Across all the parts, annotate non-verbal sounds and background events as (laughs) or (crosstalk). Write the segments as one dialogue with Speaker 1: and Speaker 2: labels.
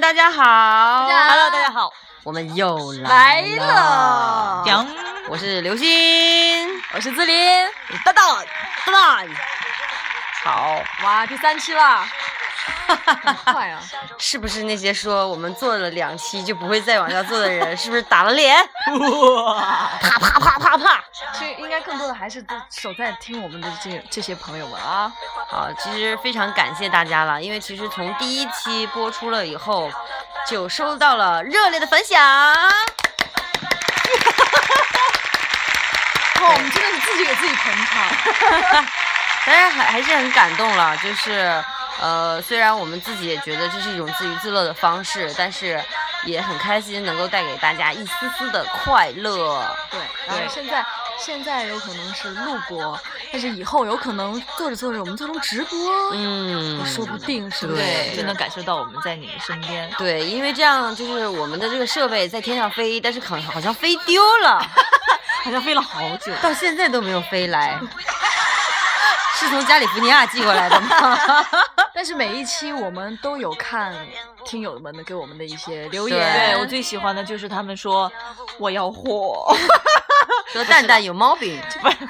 Speaker 1: 大家好
Speaker 2: 大家
Speaker 3: Hello，大家好，我们又来
Speaker 2: 来了
Speaker 3: 讲，我是刘星，
Speaker 2: 我是子林。
Speaker 3: 蛋蛋蛋蛋，好，
Speaker 2: 哇，第三期 (laughs) 了，很快啊！
Speaker 3: (laughs) 是不是那些说我们做了两期就不会再往下做的人，是不是打了脸？啪啪啪啪啪！
Speaker 2: 其实应该更多的还是都守在听我们的这这些朋友们啊。
Speaker 3: 好，其实非常感谢大家了，因为其实从第一期播出了以后，就收到了热烈的反响。
Speaker 2: 哦，我们真的是自己给自己捧场。
Speaker 3: 当然还还是很感动了，就是呃，虽然我们自己也觉得这是一种自娱自乐的方式，但是也很开心能够带给大家一丝丝的快乐。
Speaker 2: 对，然后现在现在有可能是录播，但是以后有可能做着做着我们做成直播，
Speaker 3: 嗯，
Speaker 2: 说不定是不是？
Speaker 3: 对
Speaker 4: 就能感受到我们在你们身
Speaker 3: (laughs)
Speaker 4: 边。
Speaker 3: 对，因为这样就是我们的这个设备在天上飞，但是好好像飞丢了，
Speaker 4: 好像飞了好久，
Speaker 3: 到现在都没有飞来。是从加利福尼亚寄过来的吗？
Speaker 2: 但是每一期我们都有看听友们的给我们的一些留
Speaker 3: 对
Speaker 2: 言，
Speaker 4: 对我最喜欢的就是他们说我要火，
Speaker 3: 说蛋蛋有毛病，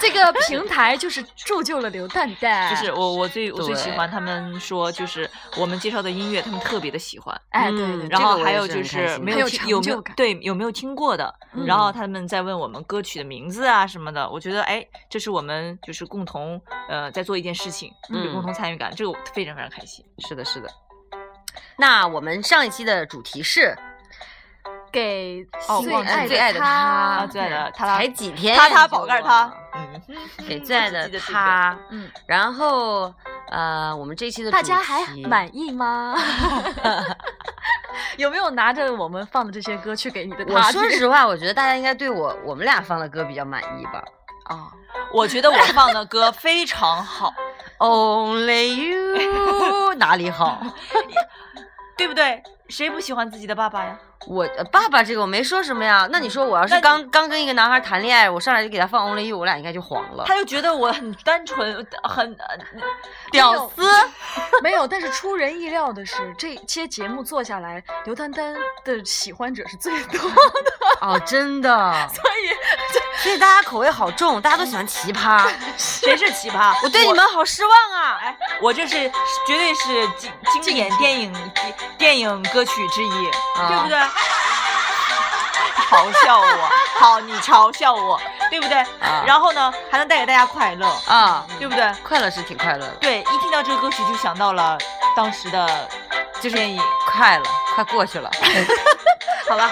Speaker 2: 这个平台就是铸就了刘蛋蛋，
Speaker 4: (laughs) 就是我我最我最
Speaker 3: 对
Speaker 4: 喜欢他们说就是我们介绍的音乐，他们特别的喜欢。
Speaker 2: 哎，
Speaker 3: 嗯
Speaker 2: 对对对，
Speaker 4: 然
Speaker 3: 这个我
Speaker 4: 后
Speaker 3: 也
Speaker 4: 还有
Speaker 3: 是
Speaker 4: 就
Speaker 3: 很开
Speaker 4: 是
Speaker 3: 心
Speaker 4: 没
Speaker 2: 很有
Speaker 4: 有听
Speaker 2: 成
Speaker 4: 有没
Speaker 2: 就
Speaker 4: 有
Speaker 2: 感
Speaker 4: 对有没有听过的，
Speaker 3: 嗯
Speaker 4: 然后他们在问我们歌曲的名字啊什么的，我觉得哎，这是我们就是共同呃在做一件事情，有
Speaker 3: 嗯
Speaker 4: 共同参与感，这个我非常非常开心。
Speaker 3: 是的，是的。那我们上一期的主题是
Speaker 2: 给
Speaker 4: 哦
Speaker 2: 最
Speaker 4: 忘记
Speaker 2: 爱
Speaker 4: 最
Speaker 3: 爱的他
Speaker 2: 他嗯
Speaker 4: 啊，最爱的他他
Speaker 3: 才几天就
Speaker 4: 他
Speaker 3: 忘了，
Speaker 4: 他宝盖儿他，嗯，
Speaker 3: 给最
Speaker 4: (laughs)
Speaker 3: 爱的
Speaker 4: 记得这
Speaker 3: 他，
Speaker 2: 嗯，
Speaker 3: 然后呃，我们这期的
Speaker 2: 大
Speaker 3: 主
Speaker 2: 家还
Speaker 3: 题
Speaker 2: 满意 (laughs) 吗？有没有拿着我们放的这些歌去给你 (laughs) 的
Speaker 3: 我
Speaker 2: 他听？
Speaker 3: 说实话，我觉得大家应该对我我们俩放的歌比较满意吧。
Speaker 4: 哦
Speaker 2: 啊，
Speaker 4: 我觉得我放的歌非常
Speaker 3: (laughs)
Speaker 4: 好，
Speaker 3: Only you 哪里好？
Speaker 4: 对不对？谁不喜欢自己的爸爸
Speaker 3: (laughs)
Speaker 4: 呀？
Speaker 3: 我呃爸爸这个我没说什么呀。那你说我要
Speaker 4: 那
Speaker 3: 是
Speaker 4: 你
Speaker 3: 刚刚跟一个男孩谈恋爱，我上来就给他放 Only you，我俩应该就黄了
Speaker 4: 他。就觉得我很单纯，
Speaker 3: (laughs)
Speaker 4: 很呃
Speaker 3: 屌丝，
Speaker 2: 没有，但是出人意料的是，这些节目做下来，刘丹丹的喜欢者是最 (laughs) 多的，
Speaker 3: 哦，
Speaker 4: (laughs)
Speaker 3: 真的。
Speaker 2: 所以
Speaker 3: 所以大家口味好重，大家都喜欢奇葩。
Speaker 4: 谁是奇葩？
Speaker 3: (laughs) 我对你们好失望啊！
Speaker 4: 哎，我这是绝对是经经典电影电电影歌曲之一， (laughs)
Speaker 3: 啊
Speaker 4: 对
Speaker 3: (laughs)
Speaker 4: 不对？嘲笑我，好，你嘲笑我，对不对？
Speaker 3: 啊
Speaker 4: 然后呢，还能带给大家快乐，
Speaker 3: 啊，
Speaker 4: 对不对？
Speaker 3: 快乐是挺快乐的，
Speaker 4: 对，一听到这个歌曲就想到了当时的
Speaker 3: 就是 (laughs)
Speaker 4: 电影。
Speaker 3: 快了，快过
Speaker 4: (laughs)
Speaker 3: 去了。
Speaker 2: 好吧，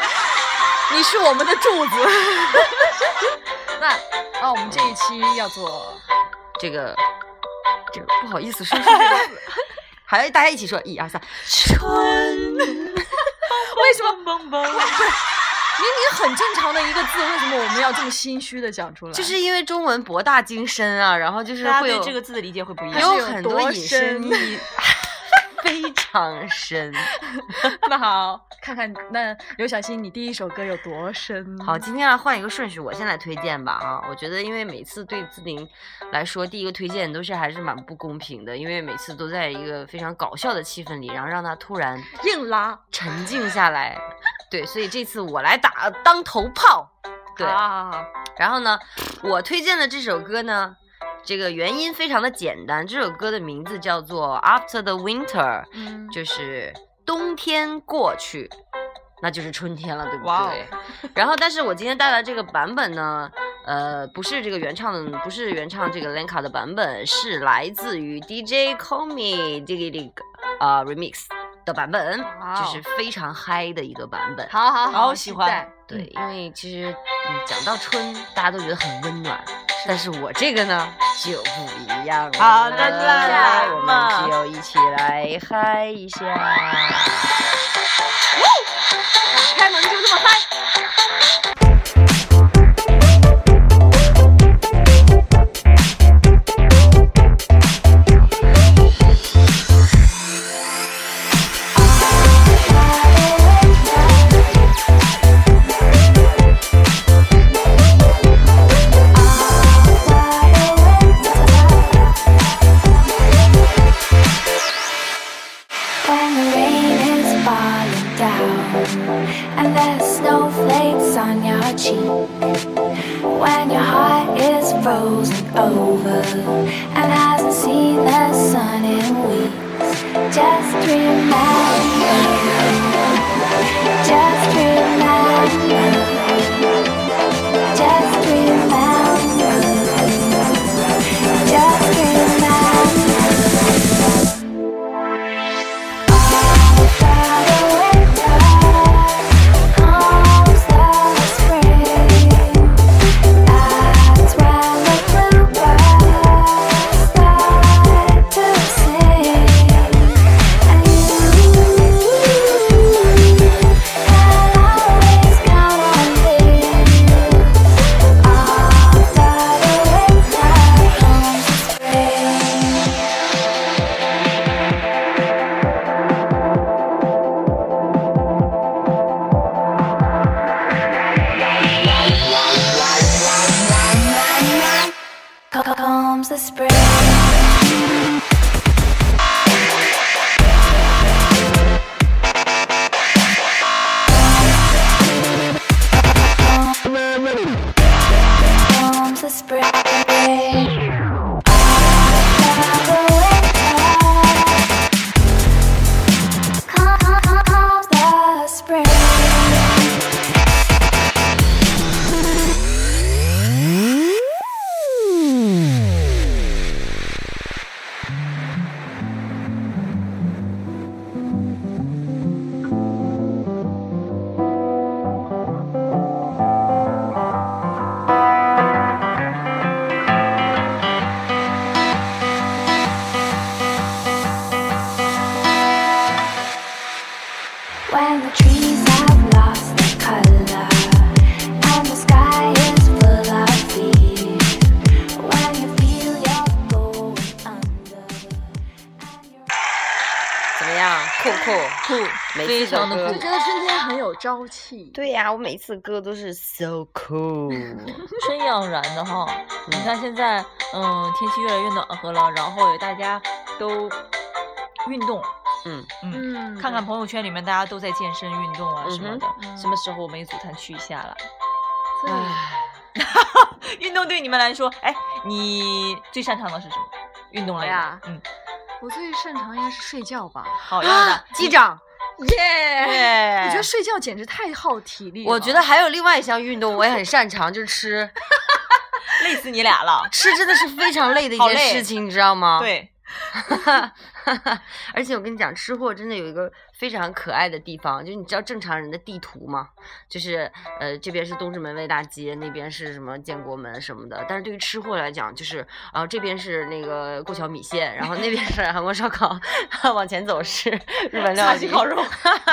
Speaker 2: 你是我们的
Speaker 3: (laughs)
Speaker 2: 柱子。那那哦我们这一期要做
Speaker 3: 这个，这个不好意思说出这个
Speaker 4: (laughs)
Speaker 3: 字，还要大家一起说，一二三，
Speaker 2: 为什么明
Speaker 4: 蹦蹦，
Speaker 2: 明很正常的一个字，为什么我们要这么心虚的讲出来？
Speaker 3: 就是因为中文博大精深啊，然后就
Speaker 4: (laughs)
Speaker 3: 是
Speaker 4: 大家
Speaker 3: 会有
Speaker 4: 对这个字的理解会哎不一
Speaker 2: 它
Speaker 4: 样。
Speaker 2: 是
Speaker 4: (laughs)
Speaker 3: 有
Speaker 2: 有
Speaker 3: 很
Speaker 2: 多
Speaker 3: 引申
Speaker 2: 深
Speaker 3: 意， (laughs) 非常深。
Speaker 2: 那好，看看那刘晓欣，你第一首歌有多深？
Speaker 3: 好，今天来啊换一个顺序，我先来推荐吧啊！我觉得，因为每次对自林来说，第一个推荐都是还是蛮不公平的，因为每次都在一个非常搞笑的气氛里，然后让他突然
Speaker 2: 硬拉。
Speaker 3: 沉静下来。对，所以这次我来打当头炮。对，
Speaker 2: 啊，
Speaker 3: 然后呢，我推荐的这首歌呢，这个原因非常的简单，这首歌的名字叫做《After the Winter》，
Speaker 2: 嗯，
Speaker 3: 就是冬天过去，那就是春天了，对不对？
Speaker 4: 哇哦
Speaker 3: (laughs) 然后，但是我今天带来这个版本呢，呃，不是这个原唱的，不是原唱这个 Lenka 的版本，是来自于 DJ Komi 这个这个啊 remix 的版本，
Speaker 2: 哇
Speaker 3: 就
Speaker 2: 哦
Speaker 3: 是非常嗨的一个版本。
Speaker 2: 好好
Speaker 4: 好
Speaker 2: 期
Speaker 4: 喜欢
Speaker 2: 待
Speaker 3: 对，因为其实嗯讲到春，大家都觉得很温暖， (laughs) 但是我这个呢就不一样了。
Speaker 4: 好的
Speaker 3: 来
Speaker 4: 啦
Speaker 3: 我
Speaker 4: 嘛
Speaker 3: 们就一起来嗨一下。
Speaker 2: 开门就这么嗨。
Speaker 5: When the rain is falling down
Speaker 6: your cheek. When your heart is frozen over and hasn't seen the sun in weeks, just remember, just remember, just remember, just remember. Thank you C- comes the spring. Comes the spring. After the winter com- com- com- comes the spring. When the trees have lost their color and the sky is full of fear, when you feel you're going under and you're.
Speaker 3: 怎么样？酷不酷？
Speaker 4: 酷，
Speaker 3: 每
Speaker 4: 非
Speaker 3: 次都
Speaker 4: 常的
Speaker 3: 喝
Speaker 2: 我觉得春天很有朝气，
Speaker 3: 对呀、我每一次歌都是 so (laughs) cool。嗯
Speaker 4: 春意盎然的哈。你看现在，嗯，天气越来越暖和了，然后也大家都运动，
Speaker 3: 嗯，
Speaker 4: 嗯，
Speaker 2: 嗯，
Speaker 4: 看看朋友圈里面大家都在健身运动啊什么
Speaker 3: 嗯哼
Speaker 4: 的，
Speaker 2: 嗯
Speaker 4: 什么时候我们也组团去一下了？嗯
Speaker 2: 所以
Speaker 4: 运动对你们来说，哎，你最擅长的是什么？运动类
Speaker 2: 我呀
Speaker 4: 的，嗯，
Speaker 2: 我最擅长应该是睡觉吧。
Speaker 4: 好样的，
Speaker 3: 机长，
Speaker 2: 耶！我
Speaker 3: 耶
Speaker 4: 哎
Speaker 2: 觉得睡觉简直太耗体力了。
Speaker 3: 我觉得还有另外一项运动我也很擅长，就是吃。
Speaker 4: 累死你俩 (laughs) 了。
Speaker 3: 吃真的是非常累的一
Speaker 4: 好
Speaker 3: 件
Speaker 4: 累
Speaker 3: 事情，你知道吗？。
Speaker 4: 对，
Speaker 3: (laughs) 而且我跟你讲，吃货真的有一个非常可爱的地方，就是你知道正常人的地图吗？就是呃，这边是东直门卫大街，那边是什么建国门什么的。但是对于吃货来讲，就是啊、这边是那个过桥米线，然后那边是韩国烧烤，往前走
Speaker 2: (laughs)
Speaker 3: 是日本料
Speaker 4: 沙
Speaker 3: 理
Speaker 4: 棘烤肉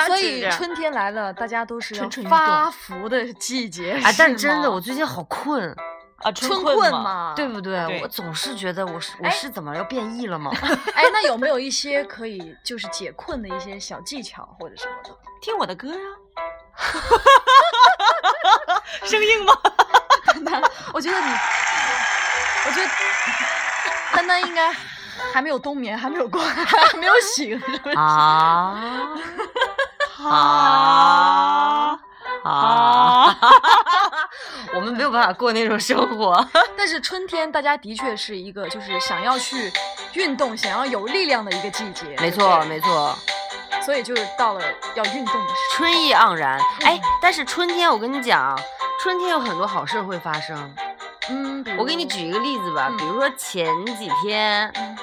Speaker 2: 所
Speaker 3: (laughs) 就是这
Speaker 2: 以
Speaker 3: 样
Speaker 2: 春天来了，大家都是要
Speaker 4: 蠢蠢欲动
Speaker 2: 发福的季节。 (laughs)
Speaker 3: 啊，但
Speaker 2: 是
Speaker 3: 真的，
Speaker 2: 吗
Speaker 3: 我最近好困，
Speaker 4: 啊，
Speaker 2: 春
Speaker 4: 困
Speaker 2: 困
Speaker 4: 嘛，
Speaker 2: 嘛，
Speaker 3: 对不对？
Speaker 4: 对
Speaker 3: 我总是觉得我是我
Speaker 2: 哎
Speaker 3: 是怎么要变异
Speaker 2: (laughs)
Speaker 3: 了吗？
Speaker 2: 哎，那有没有一些可以就是解困的一些小技巧或者什么的？
Speaker 4: 听我的歌 (laughs) 啊。生硬吗？
Speaker 2: 我觉得你，我 (laughs) 觉得丹丹应该还没有冬眠，还没有过， (laughs) 还没有醒，是不是？ (laughs)
Speaker 3: 啊
Speaker 4: 啊
Speaker 3: 啊！
Speaker 4: 啊！
Speaker 3: 我们没有办法过那种生活。
Speaker 2: 但是春天大家的确是一个就是想要去运动、想要有力量的一个季节，
Speaker 3: (laughs)
Speaker 2: 对
Speaker 3: 没
Speaker 2: 不
Speaker 3: 错，
Speaker 2: 对
Speaker 3: 没错，
Speaker 2: 所以就是到了要运动的时
Speaker 3: 春意盎然。哎，但是春天，我跟你讲，春天有很多好事儿会发生。
Speaker 2: 候。嗯，比
Speaker 3: 我给你
Speaker 2: 如，
Speaker 3: 举一个例子吧
Speaker 2: 嗯，
Speaker 3: 比如说前几天
Speaker 2: 嗯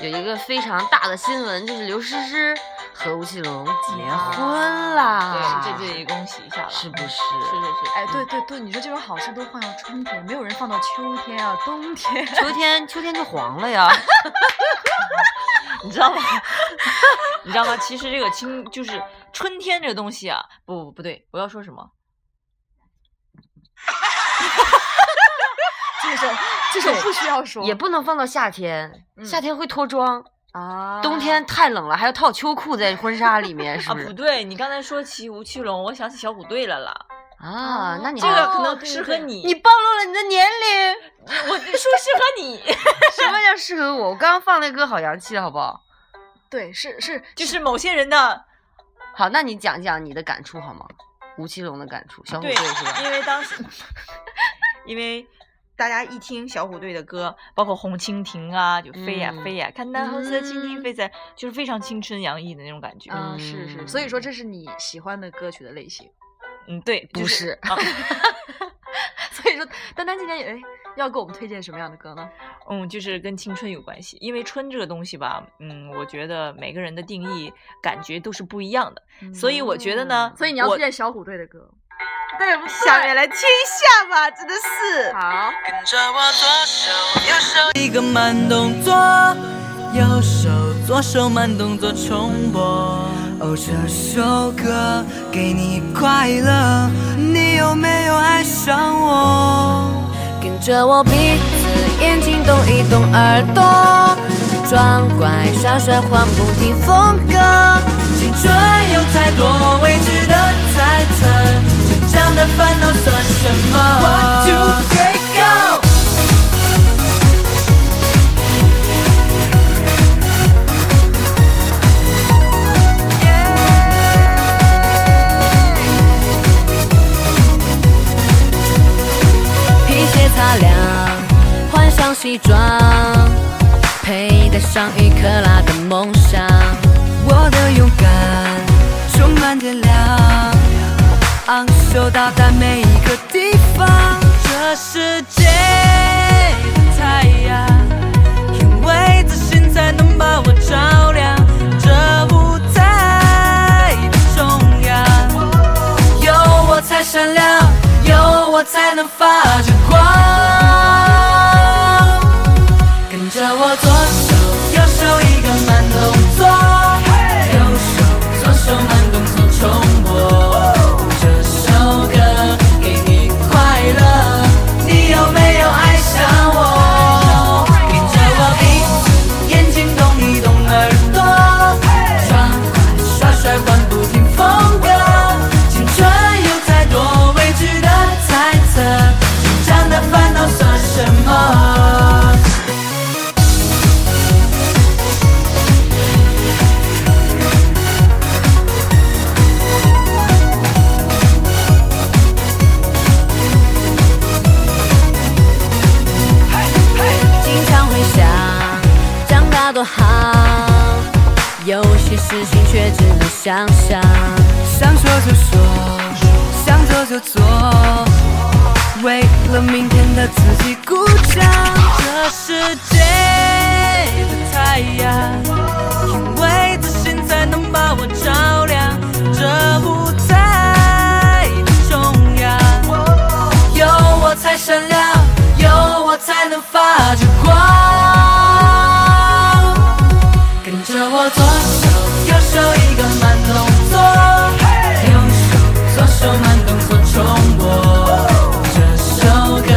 Speaker 3: 有一个非常大的新闻，就是刘诗诗和吴奇隆结婚啦，
Speaker 4: 对，这就得恭喜一下了。
Speaker 3: 是不是？
Speaker 4: 是是是，
Speaker 2: 哎，对对对，你说这种好事都放到春天，没有人放到秋天啊、冬天。 (laughs)
Speaker 3: 秋天，秋天就黄了呀。
Speaker 4: 你知道吗？ (laughs) 你知道吗？其实这个青就是春天这个东西啊，不不不对，我要说什么？
Speaker 2: 这首这首不需要说，
Speaker 3: 也不能放到夏天，
Speaker 2: 嗯
Speaker 3: 夏天会脱妆，
Speaker 2: 啊，
Speaker 3: 冬天太冷了，还要套秋裤在婚纱里面，是
Speaker 4: 啊，
Speaker 3: 不
Speaker 4: 不
Speaker 3: 是？
Speaker 4: 对，你刚才说起吴奇隆，我想起小虎队来了。
Speaker 3: 啊，那你
Speaker 4: 这个
Speaker 2: 哦
Speaker 4: 可能
Speaker 2: 对
Speaker 4: 适合
Speaker 2: 对
Speaker 4: 哦你，
Speaker 3: 你暴露了你的年龄。 (laughs)
Speaker 4: 我说适合你，
Speaker 3: 什么叫适合我？我刚刚放那歌好洋气的，好不好？
Speaker 2: 对是是
Speaker 4: (laughs) 就是某些人的
Speaker 3: 好，那你讲讲你的感触好吗？吴奇隆的感触，小虎
Speaker 4: 对
Speaker 3: 队是吧？，
Speaker 4: 因为当时，因为大家一听小虎队的歌，包括《红蜻蜓》啊，就飞呀
Speaker 3: 嗯
Speaker 4: 飞呀，看那红色蜻蜓
Speaker 2: 嗯
Speaker 4: 飞在，就是非常青春洋溢的那种感觉。
Speaker 2: 嗯，是是，
Speaker 3: 嗯
Speaker 2: 所以说这是你喜欢的歌曲的类型， (laughs)
Speaker 4: 嗯，对，就
Speaker 2: 不是。
Speaker 4: 啊
Speaker 2: 所以说，丹丹今天也哎要给我们推荐什么样的歌呢？
Speaker 4: 嗯，就是跟青春有关系，因为春这个东西吧，嗯，我觉得每个人的定义感觉都是不一样的，所以我觉得呢，
Speaker 2: 嗯所以你要
Speaker 4: 我
Speaker 2: 推荐小虎队的歌，对不对？
Speaker 4: 下面来听一下吧，真的是。
Speaker 2: 好，
Speaker 6: 跟着我左手右手一个慢动作，右手左手慢动作重播。哦，这首歌给你快乐，你有没有爱上我？
Speaker 7: 跟着我鼻子、眼睛动一动，耳朵装乖耍帅，换不停风格。
Speaker 6: 青春有太多未知的猜测，成长的烦恼算什么？One two three go。
Speaker 7: 皮鞋擦亮，换上西装，佩戴上一克拉的梦想。
Speaker 6: 我的勇敢充满电量，昂首到达每一个地方。这世界的太阳，因为自信才能把我照亮。这舞台的中央，有我才闪亮，有我才能发着光。跟着我左手右手一个慢动作，右手左手慢动作重播。这首歌给你快乐，你有没有爱上我？跟着我鼻子眼睛动一动耳朵，装快耍帅换不停风格。青春有太多未知的猜测，成长的烦恼算什么？
Speaker 7: 经常会想，长大多好，有些事情却只能想想。
Speaker 6: 想说就说，想做就做，为了明天的自己鼓掌。这世界的太阳，因为自信才能把我照亮。这舞台的中央，有我才闪亮，有我才能发着光。跟着我左手右手一个慢动作，右手左手慢动作重播。这首歌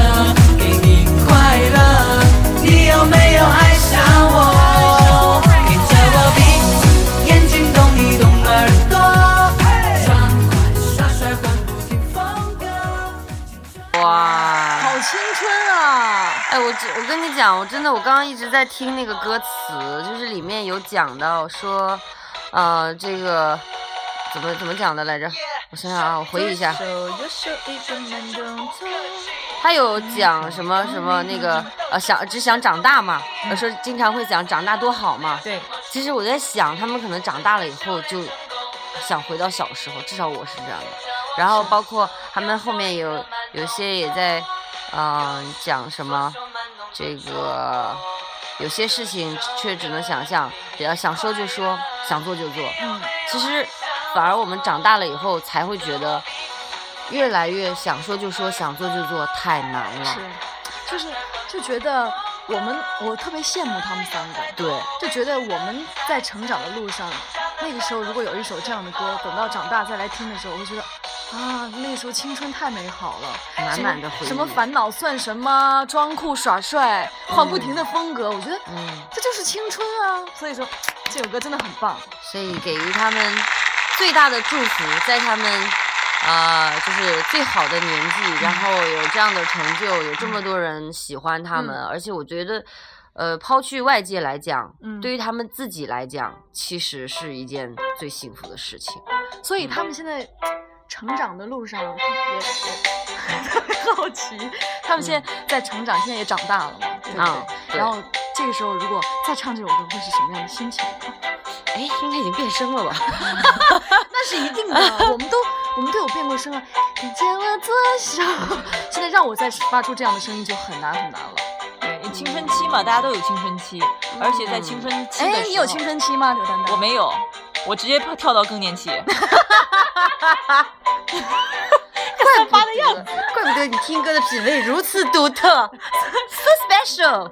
Speaker 6: 给你快乐，你有没有爱上我？跟着我鼻子眼睛动一动耳朵，装快耍帅换不停风格。
Speaker 3: 哇，
Speaker 2: 好青春啊！
Speaker 3: 哎，我只我跟你讲，我真的我刚刚一直在听那个歌词，就是里面有讲到说，呃，这个怎么怎么讲的来着？我想想啊，我回忆一下，
Speaker 4: 手右手一个慢动作。
Speaker 3: 他有讲什么什么那个呃想只想长大嘛，呃说经常会想长大多好嘛。
Speaker 4: 对，
Speaker 3: 其实我在想，他们可能长大了以后就想回到小时候，至少我是这样的。然后包括他们后面有有些也在，嗯、讲什么这个有些事情却只能想象，只要想说就说，想做就做。
Speaker 2: 嗯，
Speaker 3: 其实反而我们长大了以后才会觉得，越来越想说就说，想做就做太难了
Speaker 2: 是。，就是就觉得我们，我特别羡慕他们三个，
Speaker 3: 对，
Speaker 2: 就觉得我们在成长的路上，那个时候如果有一首这样的歌，等到长大再来听的时候，我会觉得啊，那个时候青春太美好了，
Speaker 3: 满
Speaker 2: 什么
Speaker 3: 满的回忆。
Speaker 2: 什么烦恼算什么，装酷耍帅，换不停的风格，我觉得
Speaker 3: 嗯。
Speaker 2: 这就是青春啊。所以说，这首歌真的很棒。
Speaker 3: 所以给予他们最大的祝福，在他们啊、就是最好的年纪，然后有这样的成就，有这么多人喜欢他们，而且我觉得，呃，抛去外界来讲，
Speaker 2: 嗯
Speaker 3: 对于他们自己来讲，其实是一件最幸福的事情。嗯
Speaker 2: 所以他们现在成长的路上也也 (laughs) 特别好奇，他们现在在成长，现在也长大了嘛，对不对？
Speaker 3: 嗯啊，对
Speaker 2: 然后这个时候如果再唱这首歌，会是什么样的心情？
Speaker 3: 哎，应该已经变声了吧？
Speaker 2: 那是一定的，我们都我们都有变过声啊。你牵我左手， (laughs) 现在让我再发出这样的声音就很难很难了。
Speaker 4: 对，青春期嘛，大家都有青春期，而且在青春期的时候，
Speaker 2: 哎，你有青，春期吗，刘丹丹？
Speaker 4: 我没有，我直接跳到更年期。
Speaker 3: 怪不得， (laughs) 怪不得你听歌的品味如此独特，so special。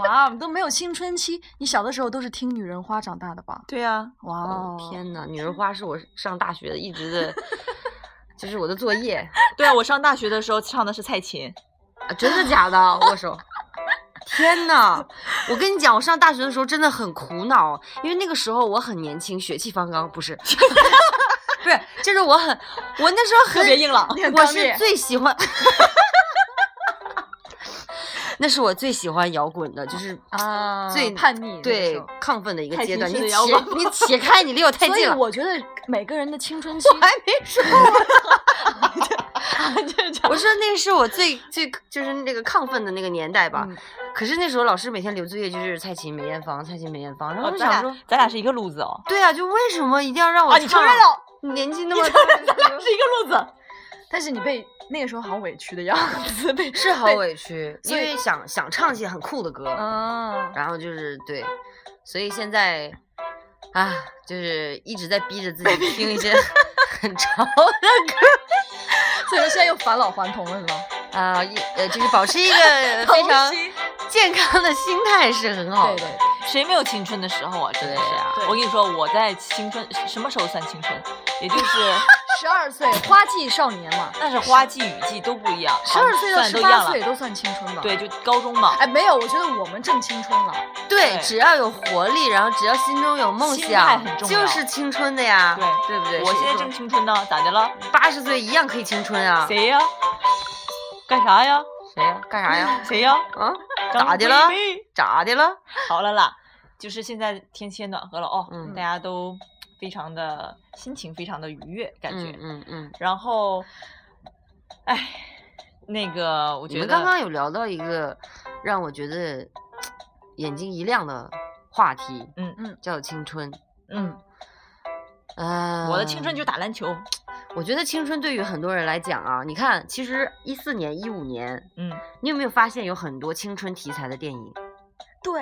Speaker 2: 哇，都没有青春期。你小的时候都是听《女人花》长大的吧？
Speaker 4: 对啊，
Speaker 2: 哇
Speaker 3: 哦
Speaker 2: 哦，，
Speaker 3: 天哪！女人花是我上大学一直的， (laughs) 就是我的作业
Speaker 4: 对啊，我上大学的时候唱的是蔡琴，
Speaker 3: 啊，真的假的？握手。天哪！我跟你讲，我上大学的时候真的很苦恼，因为那个时候我很年轻，血气方刚，不是，不是，就是我很，我那时候很
Speaker 4: 特别硬朗。
Speaker 3: 我
Speaker 2: 刚
Speaker 3: 是
Speaker 2: 烈
Speaker 3: 最喜欢， (laughs) 那是我最喜欢摇滚的，就是
Speaker 2: 啊，
Speaker 3: 最
Speaker 2: 叛逆那
Speaker 3: 对
Speaker 2: 时候
Speaker 3: 亢奋的一个
Speaker 4: 太
Speaker 3: 阶
Speaker 4: 平
Speaker 3: 段。
Speaker 4: 式
Speaker 3: 你
Speaker 4: 的
Speaker 3: 起 (laughs)
Speaker 4: 摇滚
Speaker 3: 你起开，你
Speaker 4: (laughs)
Speaker 3: 离我太
Speaker 2: 所以
Speaker 3: 近了。
Speaker 2: 我觉得每个人的青春期，
Speaker 3: 没说，
Speaker 2: 就是这样
Speaker 3: 我说那是我最最就是那个亢奋的那个年代吧。
Speaker 2: 嗯
Speaker 3: 可是那时候老师每天留作业就是蔡琴、梅艳芳、蔡琴、梅艳芳，然后
Speaker 4: 哦
Speaker 3: 我
Speaker 4: 咱
Speaker 3: 想
Speaker 4: 俩
Speaker 3: 说，
Speaker 4: 咱俩是一个路子哦，
Speaker 3: 对啊，就为什么一定要让我
Speaker 4: 啊你承认了
Speaker 3: 你
Speaker 4: (laughs)
Speaker 3: 年纪那么大，
Speaker 4: 是一个路子。
Speaker 2: 但是你被那个时候好委屈的样子，
Speaker 3: (laughs)
Speaker 2: 被
Speaker 3: (laughs) 是好
Speaker 2: 被
Speaker 3: 委屈，因
Speaker 2: 所以
Speaker 3: 为想想唱一些很酷的歌，
Speaker 2: 嗯，
Speaker 3: 然后就是对，所以现在啊，就是一直在逼着自己
Speaker 4: (laughs)
Speaker 3: 听一些 (laughs) 很潮
Speaker 2: 所以说现在又返老还童了，是吗？
Speaker 3: 的啊，一呃，就是保持一个非常健康的心态是很好
Speaker 2: 对
Speaker 3: 的。
Speaker 2: 对，
Speaker 4: 谁没有青春的时候啊？真的是啊
Speaker 2: 对！
Speaker 4: 我跟你说，我在青春什么时候算青春？也就是
Speaker 2: 十二岁花季少年嘛，
Speaker 4: 那是花季、雨季都不一样，
Speaker 2: 十二岁到
Speaker 4: 啊算
Speaker 2: 十
Speaker 4: 都一
Speaker 2: 八
Speaker 4: 样
Speaker 2: 岁
Speaker 4: 了。
Speaker 2: 都算青春吧？
Speaker 4: 对，，就高中嘛，
Speaker 2: 哎，没有，我觉得我们正青春了。
Speaker 3: 对，
Speaker 4: 对
Speaker 3: 只要有活力，然后只要心中有梦
Speaker 4: 心态
Speaker 3: 想
Speaker 4: 很，重要
Speaker 3: 就是青春的呀，
Speaker 4: 对
Speaker 3: 对不对？
Speaker 4: 我现在正青春呢，咋的了？
Speaker 3: 八十岁一样可以青春啊！
Speaker 4: 谁呀？干啥呀？
Speaker 3: 谁呀？干啥呀？
Speaker 4: 谁呀？
Speaker 3: 啊，
Speaker 4: 张
Speaker 3: 咋的了
Speaker 4: 惠妹
Speaker 3: 咋的了？
Speaker 4: 好了啦，就是现在天气也暖和了哦，
Speaker 3: 嗯
Speaker 4: 大家都非常的心情非常的愉悦，感觉。
Speaker 3: 嗯嗯嗯，
Speaker 4: 然后，哎，那个我
Speaker 3: 你
Speaker 4: 觉
Speaker 3: 们
Speaker 4: 得
Speaker 3: 刚刚有聊到一个让我觉得眼睛一亮的话题，
Speaker 4: 嗯
Speaker 2: 嗯，
Speaker 3: 叫青春。
Speaker 4: 嗯，
Speaker 3: 呃，
Speaker 4: 我的青春就打篮球，
Speaker 3: 我觉得青春对于很多人来讲啊，你看，其实一四年、一五年，
Speaker 4: 嗯，
Speaker 3: 你有没有发现有很多青春题材的电影？
Speaker 2: 对，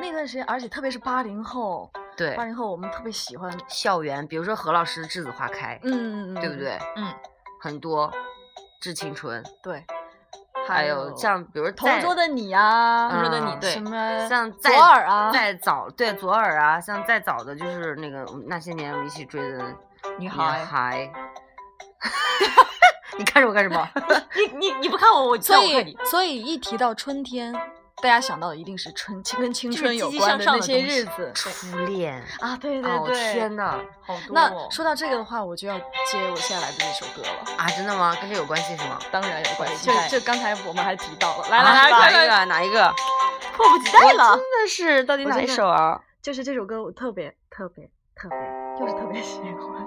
Speaker 2: 那段时间，而且特别是八零后，
Speaker 3: 对
Speaker 2: 八，零后我们特别喜欢，
Speaker 3: 校园，比如说何老师《栀子花开》，
Speaker 2: 嗯，
Speaker 3: 对不？对？
Speaker 4: 嗯，
Speaker 3: 很多《致青春》，
Speaker 2: 对，
Speaker 3: 还有像比如
Speaker 2: 同桌
Speaker 3: 的
Speaker 2: 的你啊，
Speaker 3: 同桌的你
Speaker 2: 嗯
Speaker 4: 对
Speaker 2: 什么
Speaker 3: 像
Speaker 2: 左
Speaker 3: 在
Speaker 2: 耳啊，
Speaker 3: 再早对左耳啊，像再早的就是那个那些年我们一起追的
Speaker 4: 女
Speaker 3: 女
Speaker 4: 孩，
Speaker 3: 孩。 (laughs) 你看着我干什么？
Speaker 4: 你你你不看我，我
Speaker 2: 所
Speaker 4: 但我看
Speaker 2: 以
Speaker 4: 你
Speaker 2: 所以一提到春天，大家想到的一定是春青跟青
Speaker 4: 就是
Speaker 2: 春
Speaker 4: 积
Speaker 2: 有
Speaker 4: 极
Speaker 2: 关
Speaker 4: 向
Speaker 2: 的
Speaker 4: 上
Speaker 2: 那
Speaker 4: 的
Speaker 2: 些
Speaker 4: 东西
Speaker 2: 日子
Speaker 3: 初恋。
Speaker 2: 啊，对对
Speaker 3: 哦
Speaker 2: 对，
Speaker 3: 天哪！
Speaker 4: 好多、哦。
Speaker 2: 那说到这个的话，我就要接我接下来的这首歌了。
Speaker 3: 啊，真的吗？跟这有关系是吗？
Speaker 2: 当然有关系，
Speaker 4: 期待
Speaker 2: 就就刚才我们还提到了，来来
Speaker 3: 啊
Speaker 2: 来，
Speaker 3: 哪
Speaker 2: 快
Speaker 3: 一
Speaker 2: 快，
Speaker 3: 个？哪一个？
Speaker 4: 迫不及待了，
Speaker 3: 真的是，到底
Speaker 2: 我
Speaker 3: 哪一
Speaker 2: 真的
Speaker 3: 首啊？
Speaker 2: 就是这首歌，我特别特别特别，就是特别 (laughs) 喜欢，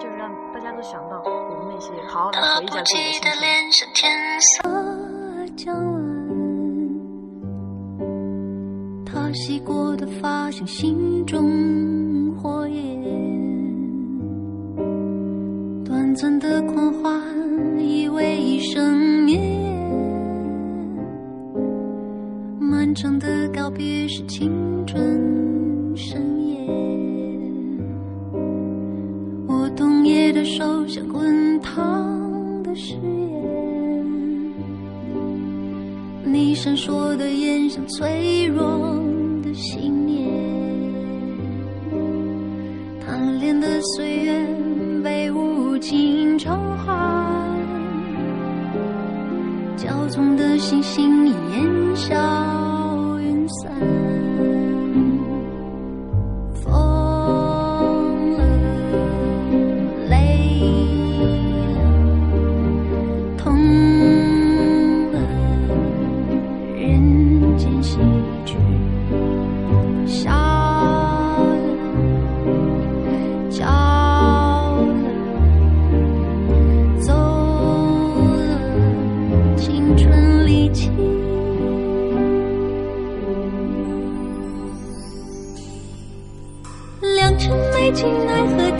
Speaker 2: 就是让大家都想到我们那些，好好来
Speaker 1: 来回
Speaker 2: 回忆
Speaker 1: 忆
Speaker 2: 一
Speaker 1: 一下
Speaker 2: 下
Speaker 1: 自
Speaker 2: 自己
Speaker 1: 己
Speaker 2: 的
Speaker 1: 的
Speaker 2: 青春。
Speaker 1: 青春。将晚，他洗过的发像心中火焰，短暂的狂欢以为一生眠，漫长的告别是青春盛宴。我冬夜的手像滚烫的誓言，你闪烁的眼像脆弱的信念，贪恋的岁月被无情偿还，骄纵的星星已烟消云散。疯了，累了，痛了，人间喜剧，笑了，骄傲。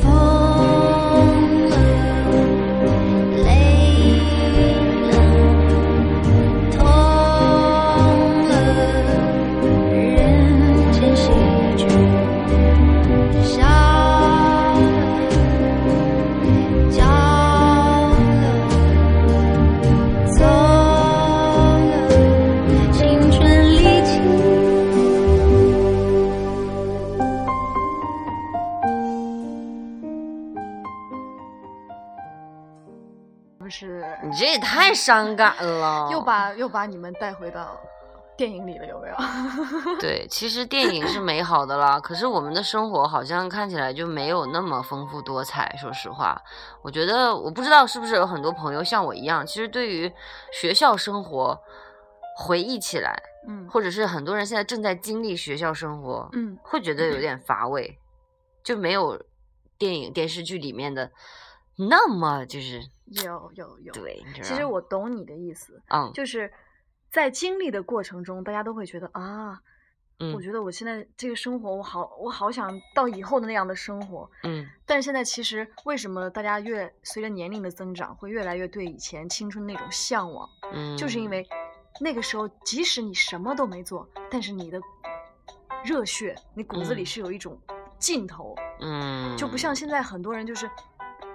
Speaker 1: 风了，累了，痛了，人间喜剧，笑了，骄了。走了，青春离奇。
Speaker 3: 你这也太伤感了，
Speaker 2: 又把又把你们带回到电影里了，有没有？ (laughs)
Speaker 3: 对，其实电影是美好的啦，可是我们的生活好像看起来就没有那么丰富多彩。说实话，我觉得我不知道是不是有很多朋友像我一样，其实对于学校生活回忆起来，
Speaker 2: 嗯
Speaker 3: 或者是很多人现在正在经历学校生活，
Speaker 2: 嗯，
Speaker 3: 会觉得有点乏味，就没有电影电视剧里面的那么就是
Speaker 2: 有有有。
Speaker 3: 对，你知道
Speaker 2: 其实我懂你的意思，
Speaker 3: 嗯
Speaker 2: 就是在经历的过程中，大家都会觉得啊，我
Speaker 3: 嗯
Speaker 2: 觉得我现在这个生活，我好我好想到以后的那样的生活。
Speaker 3: 嗯
Speaker 2: 但是现在其实为什么大家越随着年龄的增长，会越来越对以前青春那种向往，
Speaker 3: 嗯，
Speaker 2: 就是因为那个时候，即使你什么都没做，但是你的热血，你骨子里
Speaker 3: 嗯
Speaker 2: 是有一种劲头，
Speaker 3: 嗯
Speaker 2: 就不像现在很多人就是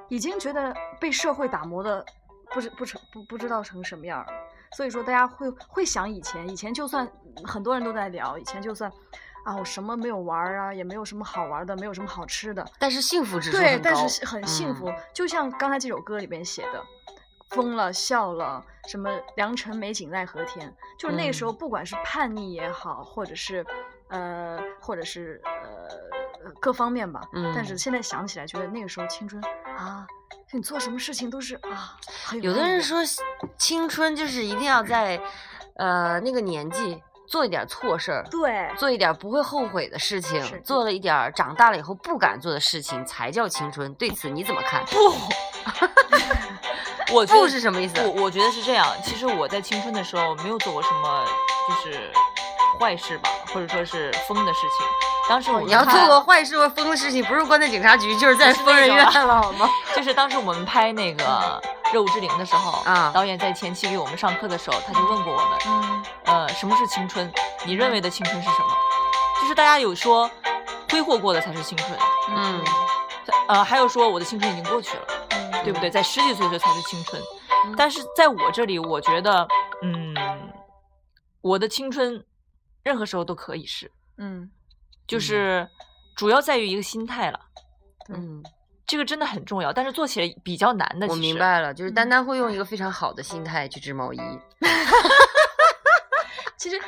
Speaker 2: 已经觉得被社会打磨的不知不成不不知道成什么样儿了。所以说大家会会想以前，以前就算很多人都在聊，以前就算啊我什么没有玩儿啊，也没有什么好玩儿的，没有什么好吃的，
Speaker 3: 但是幸福指数
Speaker 2: 对
Speaker 3: 很，
Speaker 2: 但
Speaker 3: 高嗯
Speaker 2: 是是很幸福。就像刚才这首歌里边写的。疯了，笑了，什么良辰美景奈何天？就是那个时
Speaker 3: 嗯
Speaker 2: 候，不管是叛逆也好，或者是，呃，或者是呃各方面吧。但是
Speaker 3: 嗯
Speaker 2: 现在想起来，觉得那个时候青春啊，就你做什么事情都是啊，很
Speaker 3: 有的
Speaker 2: 意义
Speaker 3: 人说是青春就是一定要在，呃，那个年纪做一点错事儿，
Speaker 2: 对，
Speaker 3: 做一点不会后悔的事
Speaker 2: 是
Speaker 3: 情，做了一点儿长大了以后不敢做的事情才叫青春。对此你怎么看？
Speaker 4: 我觉
Speaker 3: 不
Speaker 4: 得
Speaker 3: 是什么意思？
Speaker 4: 我我觉得是这样，其实我在青春的时候没有做过什么就是坏事吧，或者说是疯的事情。当时我们
Speaker 3: 哦你要做
Speaker 4: 看
Speaker 3: 个坏事或疯的事情，不是关在警察局，就是在
Speaker 4: 不是
Speaker 3: 疯人
Speaker 4: 那
Speaker 3: 院
Speaker 4: 种啊
Speaker 3: 了，好吗？
Speaker 4: 就是当时我们拍那个《热舞之灵》的时候，
Speaker 3: (laughs) 啊
Speaker 4: 导演在前期给我们上课的时候，他就问过我们，
Speaker 3: 嗯
Speaker 4: 呃，什么是青春？你认为的青春是什么？就是大家有说挥霍过的才是青春，
Speaker 3: 嗯
Speaker 4: 呃，还有说我的青春已经过去了，
Speaker 2: 嗯
Speaker 4: 对
Speaker 3: 嗯
Speaker 4: 不对？在十几岁的时候才是青春，但是在我这里，我觉得，嗯，我的青春任何时候都可以是，
Speaker 2: 嗯
Speaker 4: 就是主要在于一个心态了。
Speaker 3: 嗯，
Speaker 4: 这个真的很重要，但是做起来比较难的。
Speaker 3: 我
Speaker 4: 其
Speaker 3: 明
Speaker 4: 实
Speaker 3: 白了，就是丹丹会用一个非常好的心态去织毛衣。
Speaker 2: 其实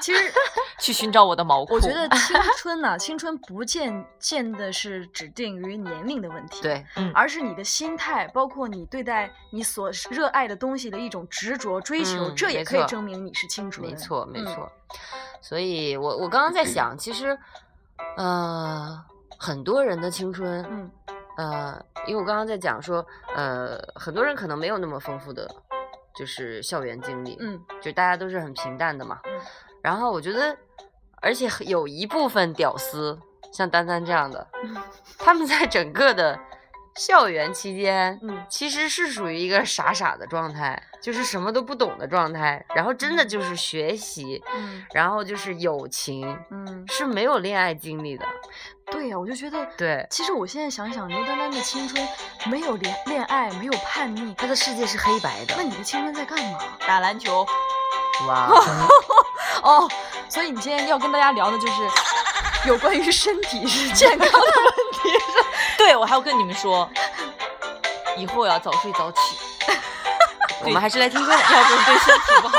Speaker 2: 其实
Speaker 4: 去寻找我的毛裤。
Speaker 2: 我觉得青春呐、青春不见见的是指定于年龄的问题，，
Speaker 3: 对，
Speaker 2: 而是你的心态，包括你对待你所热爱的东西的一种执着追求，
Speaker 3: 嗯
Speaker 2: 这也
Speaker 3: 没
Speaker 2: 可以
Speaker 3: 错
Speaker 2: 证明你是青春。
Speaker 3: 没错，没
Speaker 2: 嗯
Speaker 3: 错。所以我我刚刚在想，其实，呃，很多人的青春，
Speaker 2: 嗯
Speaker 3: 呃，因为我刚刚在讲说，呃，很多人可能没有那么丰富的，就是校园经历，，
Speaker 2: 嗯
Speaker 3: 就大家都是很平淡的嘛。
Speaker 2: 嗯
Speaker 3: 然后我觉得，而且很有一部分屌丝，像丹丹这样的，
Speaker 2: 嗯
Speaker 3: 他们在整个的。校园期间，
Speaker 2: 嗯
Speaker 3: 其实是属于一个傻傻的状态，就是什么都不懂的状态，然后真的就是学习，
Speaker 2: 嗯
Speaker 3: 然后就是友情
Speaker 2: 嗯，
Speaker 3: 是没有恋爱经历的，
Speaker 2: 对呀、我就觉得，
Speaker 3: 对，
Speaker 2: 其实我现在想想，刘丹丹的青春没有恋恋爱，没有叛逆，
Speaker 3: 他的世界是黑白的
Speaker 2: 那。你的青春在干嘛？
Speaker 4: 打篮球，
Speaker 3: 哇，
Speaker 2: 哦，所以你今天要跟大家聊的就是有关于身体是健康的
Speaker 3: (laughs)
Speaker 2: 问题。
Speaker 4: (laughs) 对我还要跟你们说，以后要早睡早起，
Speaker 3: 我们还是来听歌
Speaker 4: 要不然对身体
Speaker 2: (laughs)
Speaker 4: 不好。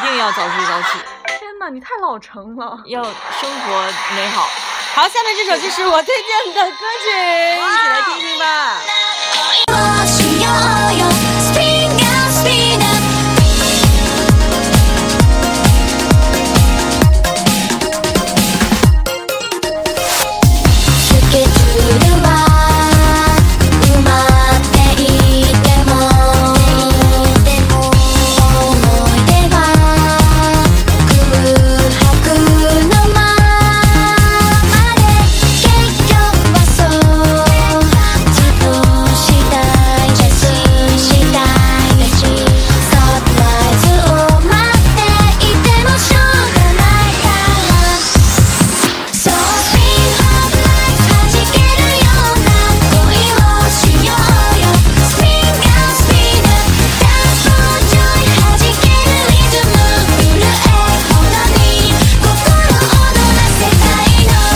Speaker 4: 一定要早睡早起，
Speaker 2: 天哪，你太老成了。
Speaker 4: 要生活美好。
Speaker 3: 好，下面这首就是我推荐的歌曲，一起来听听吧。
Speaker 1: 我需要
Speaker 6: yo yo, spin up, spin up.「つけつるは埋まっていても」「思い出は空白のままで」「結局はそうずっとしたいですしたいです」「サプライズを待っていてもしょうがないから」So spin up like 弾けるような恋をしようよ Spin up spin up Dance for joy 弾けるリズム震えほどに心躍らせたいの始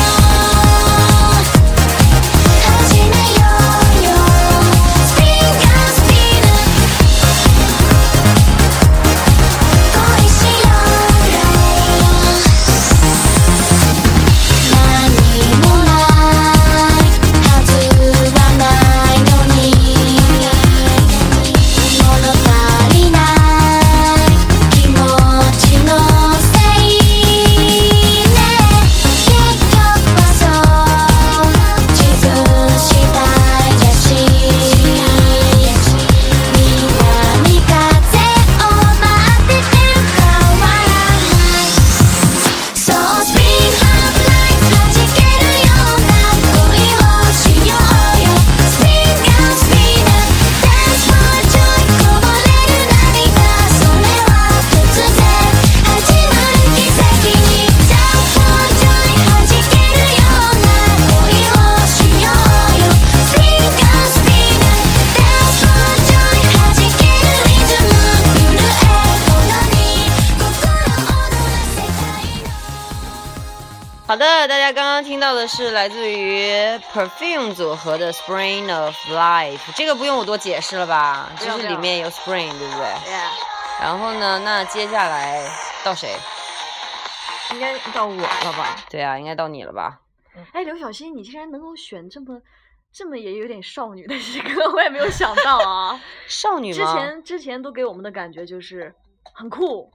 Speaker 6: めようよ Spin up spin up 恋しようよ何もないはずはないのに物足りない気持ちのせいね結局はそう自分次第だし南風を待ってて変わらない So spin up like 弾けるような恋をしようよ Spin up spin up Dance for joy こぼれる涙それは突然始まる奇跡に Dance for joy 弾けるような恋をしようよ Spin up spin up Dance for joy 弾けるリズム震えほどに心躍らせたい
Speaker 3: 好的，大家刚刚听到的是来自于 Perfume 组合的《Spring of Life》，这个不用我多解释了吧？
Speaker 2: 不
Speaker 3: 就
Speaker 2: 用不
Speaker 3: 是里
Speaker 2: 用
Speaker 3: 面有 Spring，对不对？然后呢，那接下来到谁？
Speaker 2: 应该到我了吧？
Speaker 3: 对啊，应该到你了吧？
Speaker 2: 哎，刘晓欣，你竟然能够选这么这么也有点少女的一个， (laughs) 我也没有想
Speaker 3: (laughs)
Speaker 2: 到啊。
Speaker 3: 少女
Speaker 2: 之
Speaker 3: 吗？
Speaker 2: 前之前都给我们的感觉就是很酷，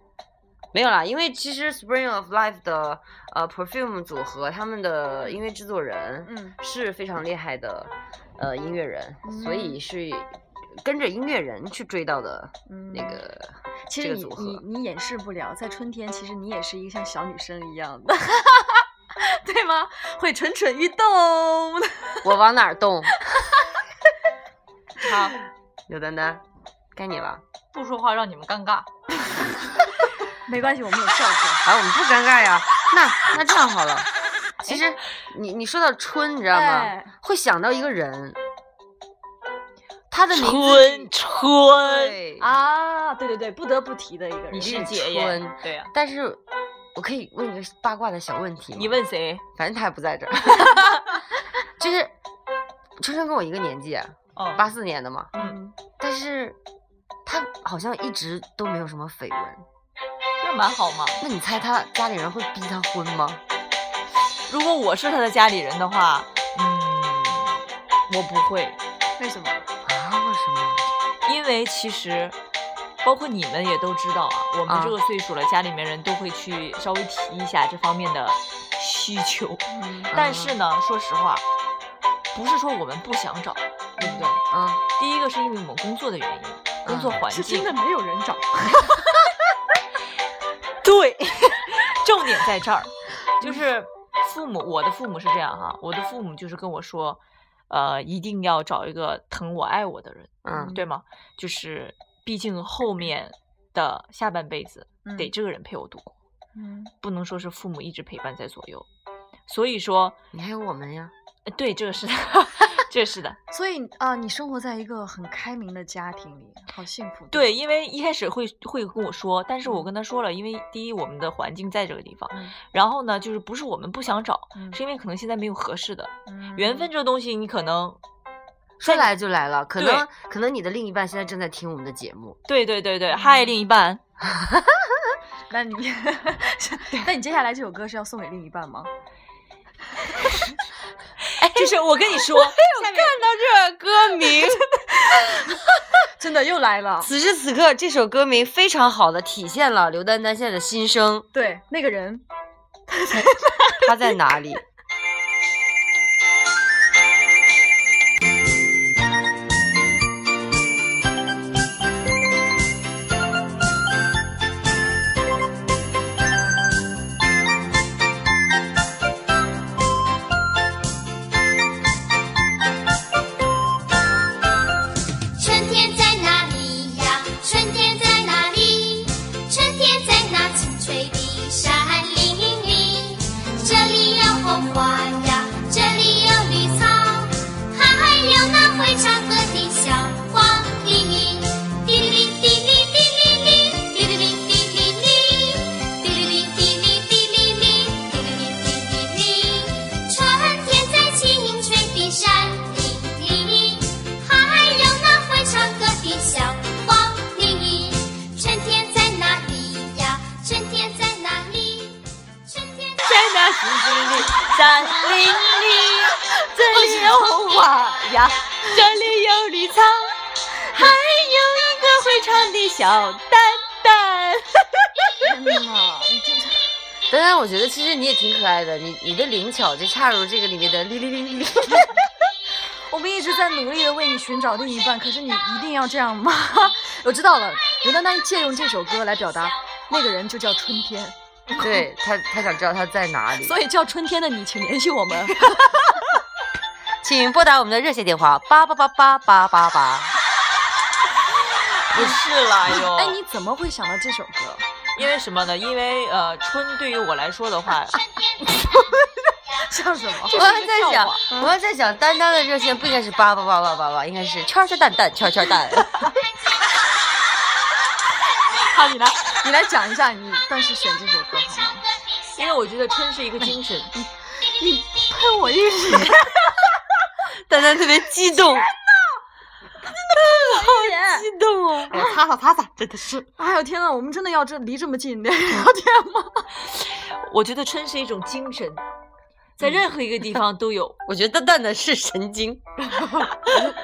Speaker 3: 没有啦，因为其实 Spring of Life 的呃 Perfume 组合，他们的音乐制作人
Speaker 2: 嗯
Speaker 3: 是非常厉害的呃音乐人，所
Speaker 2: 嗯
Speaker 3: 以是跟着音乐人去追到的
Speaker 2: 嗯，
Speaker 3: 那个。
Speaker 2: 其
Speaker 3: 这
Speaker 2: 实你
Speaker 3: 个组
Speaker 2: 你
Speaker 3: 合
Speaker 2: 你掩饰不了，在春天，其实你也是一个像小女生一样的， (laughs) 对吗？会蠢蠢欲动。 (laughs)
Speaker 3: 我往哪儿
Speaker 4: (laughs)
Speaker 3: 动？好，刘丹丹，该你了。
Speaker 4: 不说话让你们尴尬。
Speaker 2: 没关系，我们有笑
Speaker 3: (laughs)
Speaker 2: 声。
Speaker 3: 哎，我们不尴尬呀。那那这样好了，其实你你说到春，你知道吗
Speaker 2: 哎？
Speaker 3: 会想到一个人，他的名字
Speaker 4: 春春，
Speaker 3: 对
Speaker 2: 啊，对对对，不得不提的一个人，
Speaker 4: 你是
Speaker 3: 日
Speaker 4: 姐耶
Speaker 3: 春？
Speaker 4: 对啊呀、
Speaker 3: 但是我可以问一个八卦的小问题吗
Speaker 4: 你，问谁？
Speaker 3: 反正他也不
Speaker 4: (laughs)
Speaker 3: 在这儿。就是春春跟我一个年纪，啊
Speaker 4: 哦，
Speaker 3: 八四年的嘛，
Speaker 4: 嗯，
Speaker 3: 但是他好像一直都没有什么绯闻。
Speaker 4: 那蛮好嘛。
Speaker 3: 那你猜他家里人会逼他婚吗？
Speaker 4: 如果我是他的家里人的话，嗯，我不会，
Speaker 2: 为什么？
Speaker 3: 啊，为什么？
Speaker 4: 因为其实。包括你们也都知道啊，我们
Speaker 3: 啊
Speaker 4: 这个岁数了，家里面人都会去稍微提一下这方面的需求。
Speaker 2: 嗯
Speaker 4: 但是呢，说实话，不是说我们不想找，对不对？
Speaker 3: 啊，
Speaker 4: 第一个是因为我们工作的原因，工作环
Speaker 2: 嗯是
Speaker 4: 境
Speaker 2: 真。的没有人找。
Speaker 4: 对， (laughs) 重点在这儿，就是父母，我的父母是这样哈、我的父母就是跟我说，呃，一定要找一个疼我爱我的人，
Speaker 3: 嗯
Speaker 4: 对吗？就是毕竟后面的下半辈子得这个人陪我度过，
Speaker 2: 嗯，
Speaker 4: 不能说是父母一直陪伴在左右。所以说，
Speaker 3: 你还有我们呀。
Speaker 4: 呃对，这个是的， (laughs) 这个是的。
Speaker 2: 所以啊、你生活在一个很开明的家庭里，好幸福。
Speaker 4: 对，，因为一开始会会跟我说，但是我跟他说了，因为第一我们的环境在这个地方，
Speaker 2: 嗯
Speaker 4: 然后呢，就是不是我们不想找，
Speaker 2: 嗯
Speaker 4: 是因为可能现在没有合适的。缘分这个东西，你可能
Speaker 3: 说来就来了，可
Speaker 4: 对
Speaker 3: 能可能你的另一半现在正在听我们的节目，
Speaker 4: 对对对对，嗨，另一半，
Speaker 2: 那 (laughs) 你，那你接下来这首歌是要送给另一半吗？
Speaker 3: 哎，
Speaker 4: (laughs) 就是我跟你说，下面
Speaker 3: 到这歌 (laughs) 名，
Speaker 2: 真的又来了。
Speaker 3: 此时此刻这首歌名非常好的体现了刘丹丹现在的心声，
Speaker 2: (laughs) 对，那个人
Speaker 3: 她在哪 (laughs) 里？
Speaker 8: 春天在哪里呀？春天在哪里？春天在那青翠的山林里。这里有红花呀，这里有绿草，还有那会唱歌的小黄鹂。滴哩哩滴哩滴哩哩，滴哩哩滴哩哩，滴哩哩滴哩滴哩哩，滴哩哩滴哩哩。春天在青翠的山林里。还有那会唱歌的小黄鹂。春天在哪里呀？春天在哪里？春天在
Speaker 4: 在那树林里，山林里，这里有红
Speaker 3: (laughs)
Speaker 4: 花呀，这里有绿草，还有一个会唱的小丹丹。
Speaker 2: 天呐，你这
Speaker 3: 丹丹，我觉得其实你也挺可爱的，你你的灵巧就恰如这个里面的哩哩哩哩哩。
Speaker 2: 我们一直在努力的为你寻找另一半，可是你一定要这样吗？ (laughs) 我知道了，刘丹丹借用这首歌来表达，那个人就叫春天，
Speaker 3: (laughs) 对他，他想知道他在哪里，
Speaker 2: 所以叫春天的你，请联系我们。
Speaker 3: 请拨打我们的热线电话八八八八八八八。
Speaker 4: 不是啦哟，
Speaker 2: 哎，你怎么会想到这首歌？
Speaker 4: 因为什么呢？因为呃，春对于我来说的话，
Speaker 2: 像什么？
Speaker 3: 我还在想，我还在想，丹丹的热线不应该是八八八八八八，应该是圈圈蛋蛋圈圈蛋。
Speaker 2: 好，你来，你来讲一下你当时选这首歌好 (laughs) 吗？
Speaker 4: 因为我觉得春是一个精神，
Speaker 2: 你喷我一脸，
Speaker 3: (laughs) 丹丹特别激动， (laughs)
Speaker 2: 好
Speaker 3: 动啊！
Speaker 4: 我擦擦擦擦，真的是。
Speaker 2: 哎呦天呐，我们真的要这离这么近聊 (laughs) 天吗？
Speaker 4: 我觉得春是一种精神，在任何一个地方都有。
Speaker 3: 我觉得蛋蛋的是神经，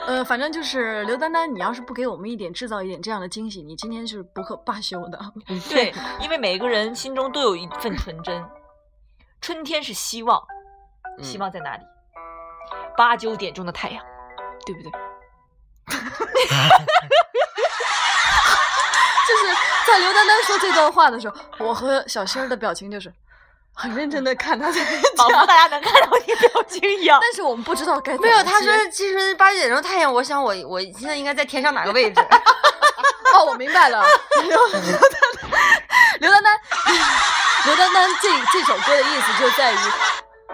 Speaker 2: 呃，反正就是刘丹丹，你要是不给我们一点制造一点这样的惊喜，你今天是不可罢休的。
Speaker 4: 对，因为每个人心中都有一份纯真。春天是希望，希望在哪里？八九点钟的太阳，对不对？
Speaker 2: (laughs) 就是在刘丹丹说这段话的时候，我和小仙儿的表情就是很认真的看她在
Speaker 4: 仿佛
Speaker 2: 讲，
Speaker 4: 大家能看到你表情一样。
Speaker 2: 但是我们不知道该怎么
Speaker 3: 没有。
Speaker 2: 接
Speaker 3: 他说其实八点钟太阳，我想我我现在应该在天上哪个位置？
Speaker 2: 哦，我明白了， (laughs) 刘刘丹丹，刘丹丹， (laughs) 刘丹丹这这首歌的意思就在于，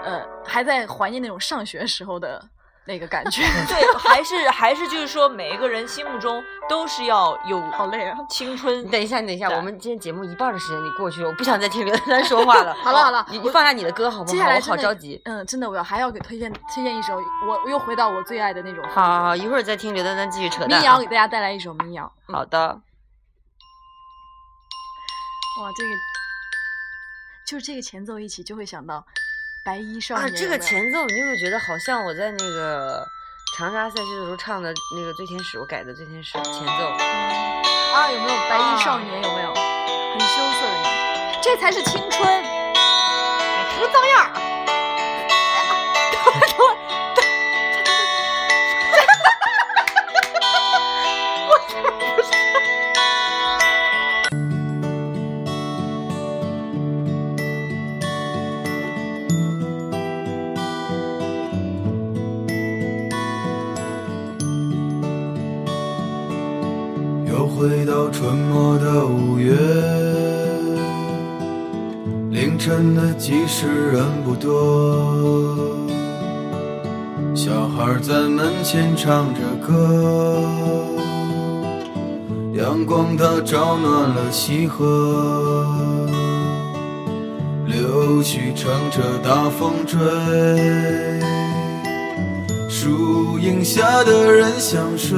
Speaker 2: 呃，还在怀念那种上学时候的那个感觉。
Speaker 4: 对，还是还是就是说，每一个人心目中都是要有
Speaker 2: 好累啊！
Speaker 4: 青春
Speaker 3: 你。 (laughs) 等一下，你等一下，
Speaker 4: 对
Speaker 3: 我们今天节目一半的时间你过去了，我不想再听刘丹丹说 (laughs) 话了。哦
Speaker 2: 好了好了
Speaker 3: 你你放下你的歌好不
Speaker 2: 接
Speaker 3: 好？
Speaker 2: 下来
Speaker 3: 我
Speaker 2: 真
Speaker 3: 好
Speaker 2: 的
Speaker 3: 着急。
Speaker 2: 嗯，真的，我要还要给推荐推荐一首，我我又回到我最爱的那种
Speaker 3: 好好好，一会儿再听刘丹丹继续扯淡啊。
Speaker 2: 民谣，给大家带来一首民谣。
Speaker 3: 好的，
Speaker 2: 哇，这个就是这个前奏一起就会想到白衣少
Speaker 3: 啊
Speaker 2: 年，有没有。
Speaker 3: 这个前奏你有没有觉得好像我在那个长沙赛区的时候唱的那个《最天使》，我改的《最天使》前奏。
Speaker 2: 啊，有没有白衣少年？有没有很羞涩的你？这才是青春。
Speaker 4: 不脏样儿。
Speaker 9: 又回到春末的五月，凌晨的集市人不多，小孩在门前唱着歌，阳光它照暖了溪河，柳絮乘着大风追，树荫下的人想睡。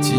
Speaker 9: 仅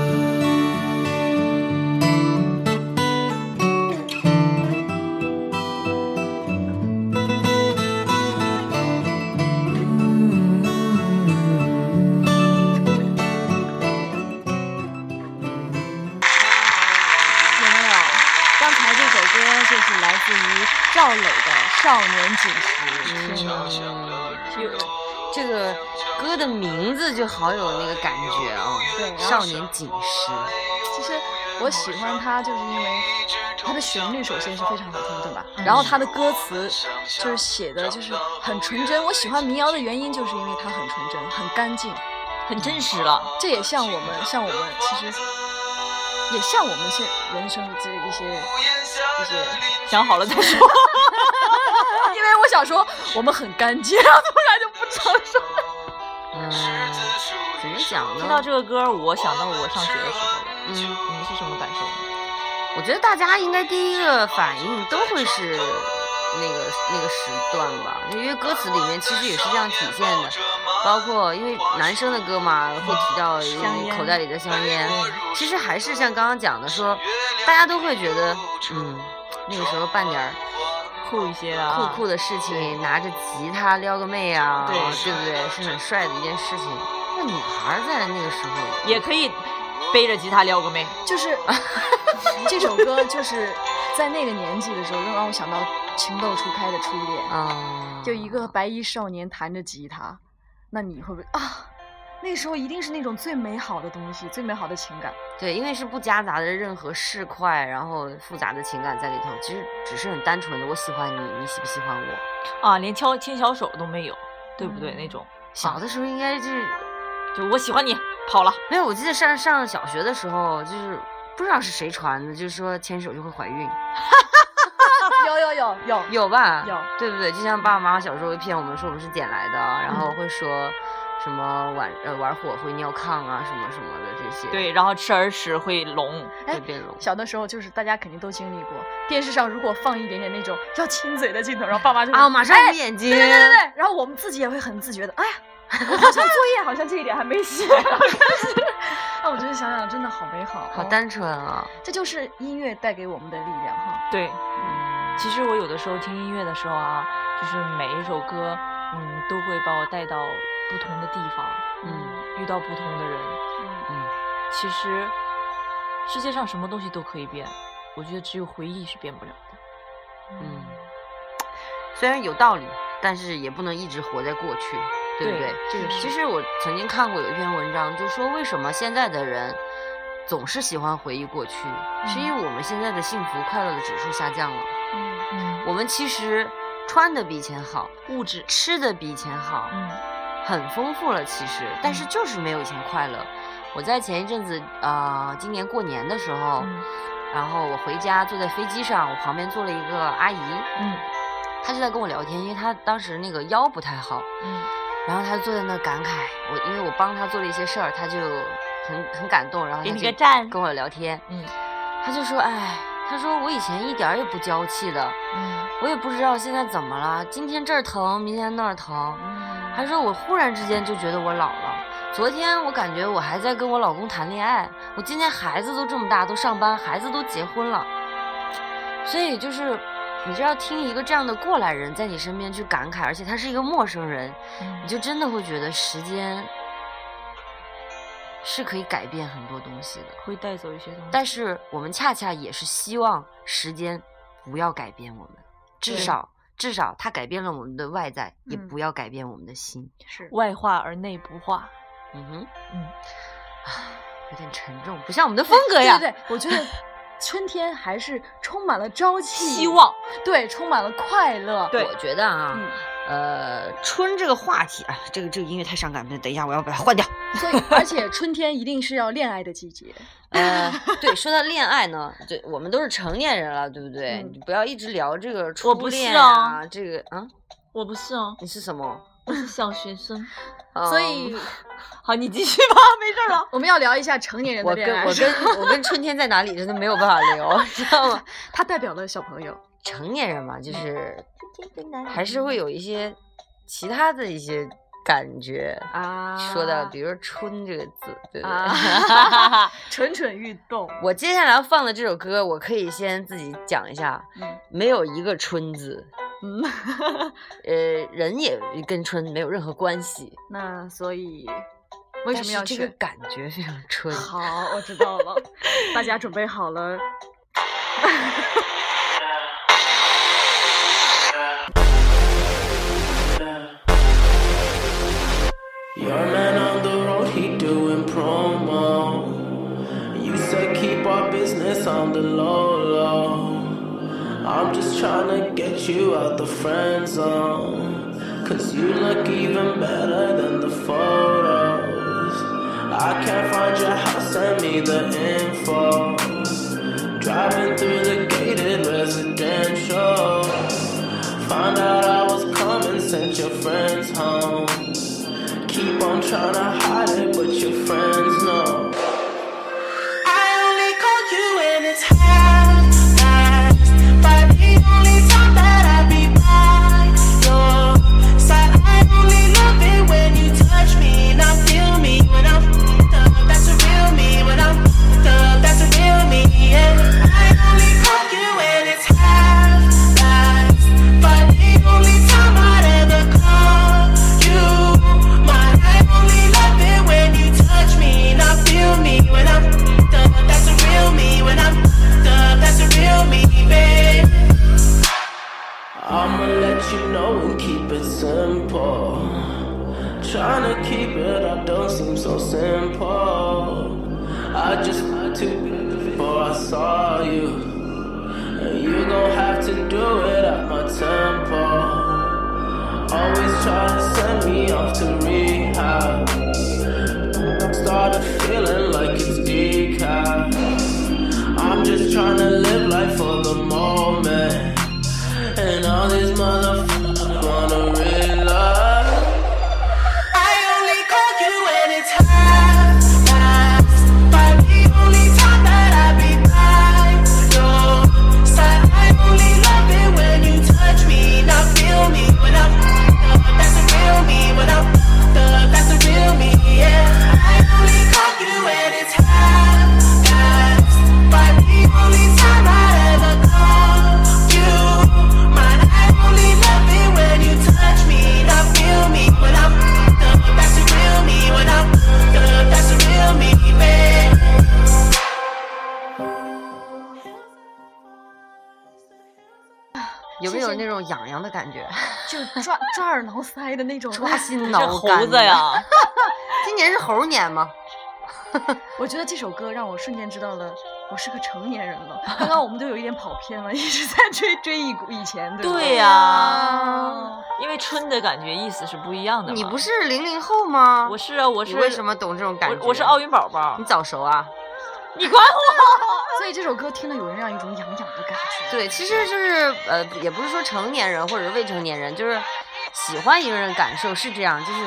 Speaker 2: 有没有？刚才这首歌就是来自于赵磊的《少年锦时》。
Speaker 3: 这个歌的名字就好有那个感觉啊、
Speaker 2: 对然后
Speaker 3: 少
Speaker 2: 是
Speaker 3: 年锦时，
Speaker 2: 其实我喜欢它，就是因为它的旋律首先是非常好听，对吧？
Speaker 3: 嗯
Speaker 2: 然后它的歌词就是写的就是很纯真。我喜欢民谣的原因就是因为它很纯真，很干净。
Speaker 4: 很真实了。
Speaker 2: 这也像我们，像我们其实也像我们现人生的这一些一些。 (laughs)
Speaker 4: 想好了再说。
Speaker 2: 因为我想说我们很干净， (laughs) 然后突然就不知道说。
Speaker 3: 嗯，怎么讲
Speaker 4: 听到
Speaker 3: 呢？
Speaker 4: 这个歌，我想到我上学的时候了。
Speaker 3: 嗯，
Speaker 4: 你们是什么感受呢？
Speaker 3: 我觉得大家应该第一个反应都会是那个那个时段吧，因为歌词里面其实也是这样体现的，包括因为男生的歌嘛，会提到口袋里的香烟，其实还是像刚刚讲的说，大家都会觉得，嗯，那个时候办点儿
Speaker 4: 酷一些啊，
Speaker 3: 酷酷的事情，拿着吉他撩个妹啊，
Speaker 4: 对
Speaker 3: 对不对？是很帅的一件事情。那女孩儿在那个时候
Speaker 4: 也可以背着吉他撩个妹。
Speaker 2: 就是这首歌，就是在那个年纪的时候，让我想到情窦初开的初恋，
Speaker 3: 啊，
Speaker 2: 就一个白衣少年弹着吉他，那你会不会啊？那时候一定是那种最美好的东西，最美好的情感。 (laughs)
Speaker 3: 对，因为是不夹杂着任何市侩，然后复杂的情感在里头，其实只是很单纯的我喜欢你，你喜不喜欢我？
Speaker 4: 啊，连敲牵小手都没有，对
Speaker 2: 嗯
Speaker 4: 不对？那种
Speaker 3: 小的时候应该就是
Speaker 4: 就我喜欢你，跑了。
Speaker 3: 没有，我记得上上小学的时候就是。不知道是谁传的，就是说牵手就会怀孕，
Speaker 2: 有有有有
Speaker 3: 有吧？
Speaker 2: 有
Speaker 3: 对不对？就像爸爸妈妈小时候会骗我们说我们是捡来的，然
Speaker 2: 嗯
Speaker 3: 后会说什么玩呃玩火会尿炕啊什么什么的这些。
Speaker 4: 对，然后吃耳屎会聋。
Speaker 2: 哎
Speaker 3: 会变聋。
Speaker 2: 小的时候就是大家肯定都经历过，电视上如果放一点点那种要亲嘴的镜头，然后爸妈就
Speaker 3: 啊，
Speaker 2: 会
Speaker 3: 马上
Speaker 2: 哎
Speaker 3: 捂眼睛。
Speaker 2: 对对对对，然后我们自己也会很自觉的，哎呀，我好像作业好像这一点还没写。 (laughs) 啊，我觉得想想真的好美好，
Speaker 3: 好
Speaker 2: 哦
Speaker 3: 单纯啊！
Speaker 2: 这就是音乐带给我们的力量哈。
Speaker 4: 对，其实我有的时候听音乐的时候啊，就是每一首歌，嗯，都会把我带到不同的地方，嗯，遇到不同的人，
Speaker 3: 嗯，
Speaker 4: 其实世界上什么东西都可以变，我觉得只有回忆是变不了的。
Speaker 3: 嗯，虽然有道理，但是也不能一直活在过去，对不对？
Speaker 4: 这个
Speaker 3: 其
Speaker 4: 是
Speaker 3: 实我曾经看过有一篇文章，就说为什么现在的人总是喜欢回忆过去，是因为我们现在的幸福快乐的指数下降了。
Speaker 4: 嗯
Speaker 3: 我们其实穿的比以前好，
Speaker 4: 物质，
Speaker 3: 吃的比以前好，
Speaker 4: 嗯
Speaker 3: 很丰富了，其实，但是就是没有以前快乐。我在前一阵子，呃，今年过年的时候，
Speaker 4: 嗯
Speaker 3: 然后我回家坐在飞机上，我旁边坐了一个阿姨，
Speaker 4: 嗯
Speaker 3: 她就在跟我聊天，因为她当时那个腰不太好，
Speaker 4: 嗯
Speaker 3: 然后她就坐在那儿感慨，我因为我帮她做了一些事儿，她就很很感动，然后她
Speaker 4: 给你
Speaker 3: 就
Speaker 4: 个赞
Speaker 3: 跟我聊天，
Speaker 4: 嗯
Speaker 3: 她就说，哎，她说我以前一点儿也不娇气的，
Speaker 4: 嗯
Speaker 3: 我也不知道现在怎么了，今天这儿疼，明天那儿疼，
Speaker 4: 嗯
Speaker 3: 还说我忽然之间就觉得我老了。昨天我感觉我还在跟我老公谈恋爱，我今天孩子都这么大，都上班，孩子都结婚了，所以就是。你就要听一个这样的过来人在你身边去感慨，而且他是一个陌生人，
Speaker 4: 嗯
Speaker 3: 你就真的会觉得时间是可以改变很多东西的。
Speaker 4: 会带走一些东西。
Speaker 3: 但是我们恰恰也是希望时间不要改变我们，至
Speaker 4: 对
Speaker 3: 少至少它改变了我们的外在，也
Speaker 2: 嗯
Speaker 3: 不要改变我们的心。
Speaker 2: 是
Speaker 4: 外化而内不化，
Speaker 3: 嗯哼，
Speaker 4: 嗯
Speaker 3: 啊，有点沉重，不像我们的风格呀。
Speaker 2: 对对对，我觉得春天还是充满了朝气、
Speaker 4: 希，望
Speaker 2: 对，充满了快乐。
Speaker 4: 对
Speaker 3: 我觉得啊，
Speaker 2: 嗯，
Speaker 3: 呃，春这个话题啊，这个这个音乐太伤感了，等一下我要把它
Speaker 4: (laughs)
Speaker 3: 换掉。
Speaker 2: 所以而且春天一定是要恋爱的季节。
Speaker 3: 呃，对，说到恋爱呢，对，我们都是成年人了，对不对？
Speaker 2: 嗯
Speaker 3: 你不要一直聊这个
Speaker 4: 我
Speaker 3: 初
Speaker 4: 不是
Speaker 3: 恋
Speaker 4: 啊
Speaker 3: 啊，这个啊，
Speaker 4: 我不是哦，
Speaker 3: 你是什么？啊
Speaker 4: 我是小学生。
Speaker 3: 嗯
Speaker 2: 所以
Speaker 4: (laughs) 好，你继续吧，没事儿 (laughs) 了。
Speaker 2: 我们要聊一下成年人
Speaker 3: 嗯。
Speaker 2: 的
Speaker 3: 我
Speaker 2: 恋
Speaker 3: 跟
Speaker 2: 爱，
Speaker 3: 我跟我跟春天在哪里真的没有办法聊， (laughs) 知道吗？
Speaker 2: (laughs) 它代表了小朋友。
Speaker 3: 成年人嘛，
Speaker 2: 嗯
Speaker 3: 就是还是会有一些其他的一些感觉
Speaker 2: 啊
Speaker 3: 说的，比如说“春”这个字，对不对？ (laughs)
Speaker 2: 啊，蠢蠢欲动。
Speaker 3: 我接下来要放的这首歌，我可以先自己讲一下，
Speaker 2: 嗯
Speaker 3: 没有一个“春”字，
Speaker 2: 嗯，
Speaker 3: 呃，人也跟春没有任何关系。
Speaker 2: 那所以为什么要
Speaker 3: 但是这个
Speaker 2: 选？
Speaker 3: 感觉非常春？
Speaker 2: 好，我知道了，大家准备好了。
Speaker 10: Your man on the road, he doing promo. You said keep our business on the low low. I'm just tryna get you out the friend zone. Cause you look even better than the photos. I can't find your house, send me the info. Driving through the gated residential. Found out I was coming, sent your friends home. Keep on trying to hide it, but your friends know. I only call you when it's half past. But the only time that I be by your side, I only love it when you touch me. Now feel me when I'm f***ed up. That's a real me when I'm f***ed up. That's a real me. Yeah. I only call you when it's half past. But the only time I'd ever call you mine, I only love it when you touch me. Now feel me when I'm f***ed up. That's a real me when I'm f***ed up. That's a real me, babe. I'ma let you know and keep it simple. Tryna keep it up don't seem so simple. I just had to be before I saw you. And you gon' have to do it at my tempo. Always try to send me off to rehab. Started feeling like it's decaf. I'm just tryna live life for the moment. And all these motherfuckers wanna realize. I only call you when it's half past. But the only time that I be by your side, I only love it when you touch me. Now feel me when I'm f***ed up. That's a real me when I'm f***ed up. That's a real me. Yeah. I only call you when it's half past. But the only time I ever call you mine, I only love it when you touch me. Now feel me when I'm f***ed up. That's a real me when I'm f***ed up. That's a real me, babe.
Speaker 3: 有没
Speaker 2: 谢
Speaker 3: 有
Speaker 2: 谢
Speaker 3: 那种痒痒的感觉？
Speaker 2: (laughs) 就抓抓耳挠腮的那种。
Speaker 3: (laughs) 抓心
Speaker 4: 这
Speaker 3: 挠肝。
Speaker 4: 猴子！呀，
Speaker 3: 今年是猴年吗？
Speaker 2: 我觉得这首歌让我瞬间知道了，我是个成年人 (laughs) 了。刚刚我们都有一点跑偏了，一直在追追忆古以前，对吧
Speaker 4: 对呀，因为春的感觉意思是不一样的嘛。
Speaker 3: 你不是零零后吗？
Speaker 4: 我是啊，我
Speaker 3: 你
Speaker 4: 是
Speaker 3: 为什么懂这种感觉？
Speaker 4: 我我是奥运宝宝
Speaker 3: 你，早熟啊。
Speaker 4: 你管我？
Speaker 2: (laughs) 所以这首歌听了有人让一种痒痒的感觉。
Speaker 3: 对，其实就是呃，也不是说成年人或者是未成年人，就是喜欢一个人的感受是这样，就是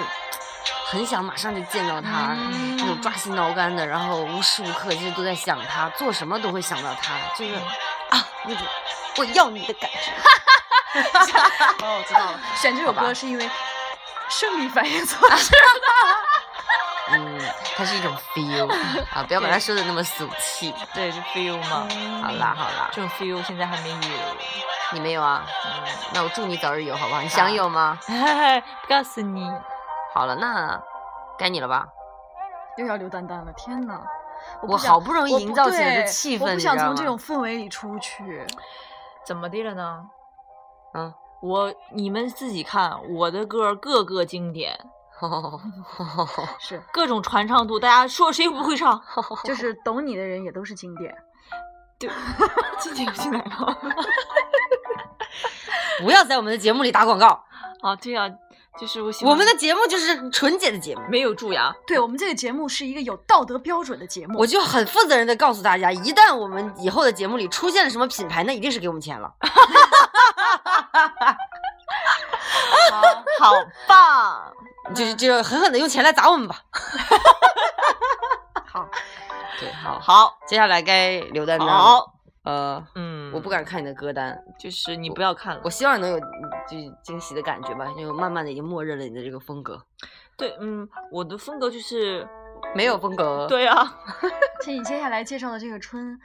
Speaker 3: 很想马上就见到他，那种抓心挠肝的，然后无时无刻就是都在想他，做什么都会想到他，就是啊那种我要你的感觉。
Speaker 2: 哦，我知道了，选这首
Speaker 3: 好吧
Speaker 2: 歌是因为生理反应 (laughs) 错置。
Speaker 3: 嗯，它是一种 (laughs) feel 啊，不要把它说的那么俗气。
Speaker 4: 对，就 feel 嘛，
Speaker 3: 好啦好啦，
Speaker 4: 这种 feel 现在还没有。 (laughs)
Speaker 3: 你没有啊？
Speaker 4: 嗯，
Speaker 3: 那我祝你早日有，好不好？你啊想有吗？
Speaker 4: 告诉你，
Speaker 3: 好了，那该你了吧？
Speaker 2: 又要刘丹丹了，天哪！我不
Speaker 3: 我
Speaker 2: 想
Speaker 3: 好不容易
Speaker 2: 我
Speaker 3: 营造起来的
Speaker 2: 对
Speaker 3: 气
Speaker 2: 我
Speaker 3: 氛
Speaker 2: 不
Speaker 3: 你
Speaker 2: 想
Speaker 3: 知道
Speaker 2: 从这
Speaker 3: 吗
Speaker 2: 种氛围里出 (laughs) 去。
Speaker 4: 怎么的了呢？
Speaker 3: 嗯，
Speaker 4: 我你们自己看，我的歌个个经典，
Speaker 2: 是，
Speaker 4: 各种传唱度，大家说谁不会唱？
Speaker 2: 就是懂你的人也都是经典。
Speaker 4: 就进进进来吗？
Speaker 3: 不要在我们的节目里打广
Speaker 2: (laughs)
Speaker 3: 告，
Speaker 4: (laughs) 啊，对啊，就是我喜欢
Speaker 3: 我们的节目就是纯洁的节目。
Speaker 4: 没有蛀
Speaker 3: (laughs)
Speaker 4: 牙，
Speaker 2: 对我们这个节目是一个有道德标准的节目，
Speaker 3: 我就很负责任的告诉大家，一旦我们以后的节目里出现了什么品牌，那一定是给我们钱了。
Speaker 4: 好棒！
Speaker 3: 就是就是狠狠的用钱来砸我们吧。
Speaker 2: 好，
Speaker 3: 对，好，
Speaker 4: 好，
Speaker 3: 接下来该刘丹丹了。
Speaker 4: 好，
Speaker 3: 呃，
Speaker 4: 嗯，
Speaker 3: 我不敢看你的歌单，
Speaker 4: 就是你不要看了
Speaker 3: 我。希望能有就是惊喜的感觉吧，因为我慢慢的已经默认了你的这个风格，
Speaker 4: 对，嗯，我的风格就是，
Speaker 3: 没有风格。，
Speaker 4: 对啊，
Speaker 2: 这你接下来介绍的这个春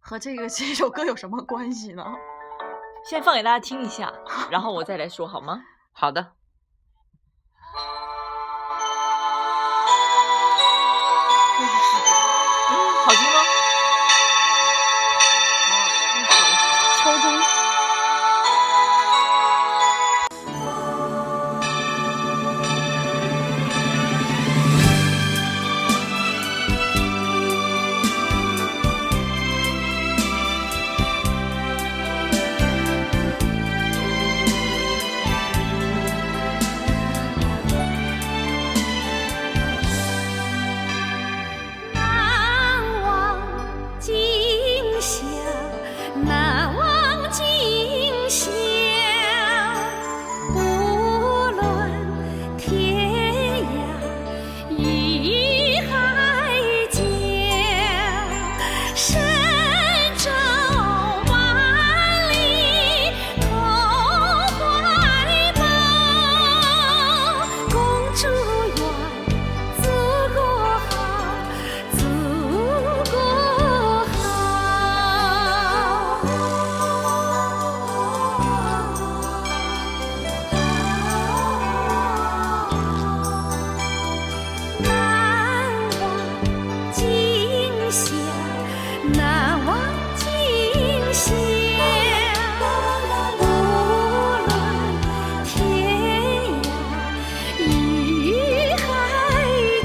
Speaker 2: 和这个 (laughs) 这首歌有什么关系呢？
Speaker 4: (laughs)
Speaker 2: (laughs)
Speaker 4: 先放给大家听一下，然后我再来说好吗？
Speaker 3: 好的。
Speaker 2: 这是诗歌，
Speaker 4: 嗯，好听吗？
Speaker 2: 敲钟。
Speaker 6: 难忘今宵，难忘今宵。不论天涯与海角，神州万里同怀抱。公主远，祖国好。祖国好。难忘今宵，难忘今宵。无论天涯与海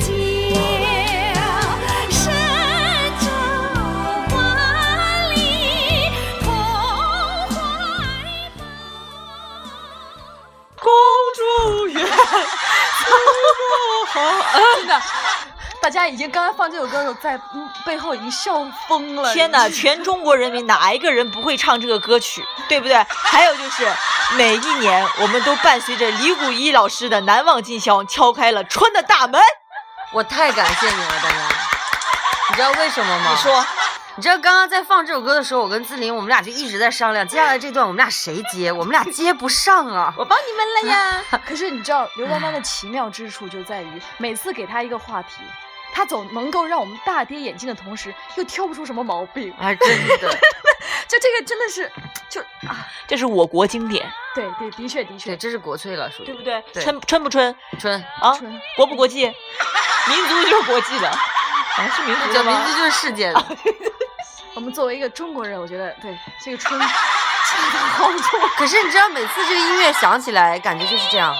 Speaker 6: 角，神州万里同怀抱。
Speaker 4: 公主远，
Speaker 2: 真的，大家已经刚才放这首歌的时候，在嗯背后已经笑疯了。
Speaker 4: (laughs) 天哪！全中国人民哪一个人不会唱这个歌曲，对不对？还有就是，每一年我们都伴随着李谷一老师的《难忘今宵》敲开了春的大门。
Speaker 3: 我太感谢你了，丹丹。你知道为什么吗？
Speaker 4: 你说，
Speaker 3: 你知道刚刚在放这首歌的时候，我跟自林我们俩就一直在商量，接下来这段我们俩谁接？我们俩接不上啊！
Speaker 4: 我帮你们了呀。
Speaker 2: 可是你知道刘丹丹的奇妙之处就在于，每次给她一个话题，她总能够让我们大跌眼镜的同时，又挑不出什么毛病。
Speaker 3: 啊，真的， (laughs)
Speaker 2: 就这个真的是，就啊，
Speaker 4: 这是我国经典，
Speaker 2: 对对，的确的
Speaker 3: 对，
Speaker 2: 确，
Speaker 3: 这是国粹了，属于
Speaker 4: 对不对？
Speaker 3: 对
Speaker 4: 春春不春
Speaker 3: 春，
Speaker 4: 啊
Speaker 2: 春？
Speaker 4: 国不国际？ (laughs) 民族就是国际的，啊，是民族
Speaker 3: 这
Speaker 4: 的
Speaker 3: 名
Speaker 4: 吗？
Speaker 3: 字就是世界的。
Speaker 2: 我们作为一个中国人，我觉得对这个春 (laughs) 恰到好处。
Speaker 3: 可是你知道，每次这个音乐响起来，感觉就是这样。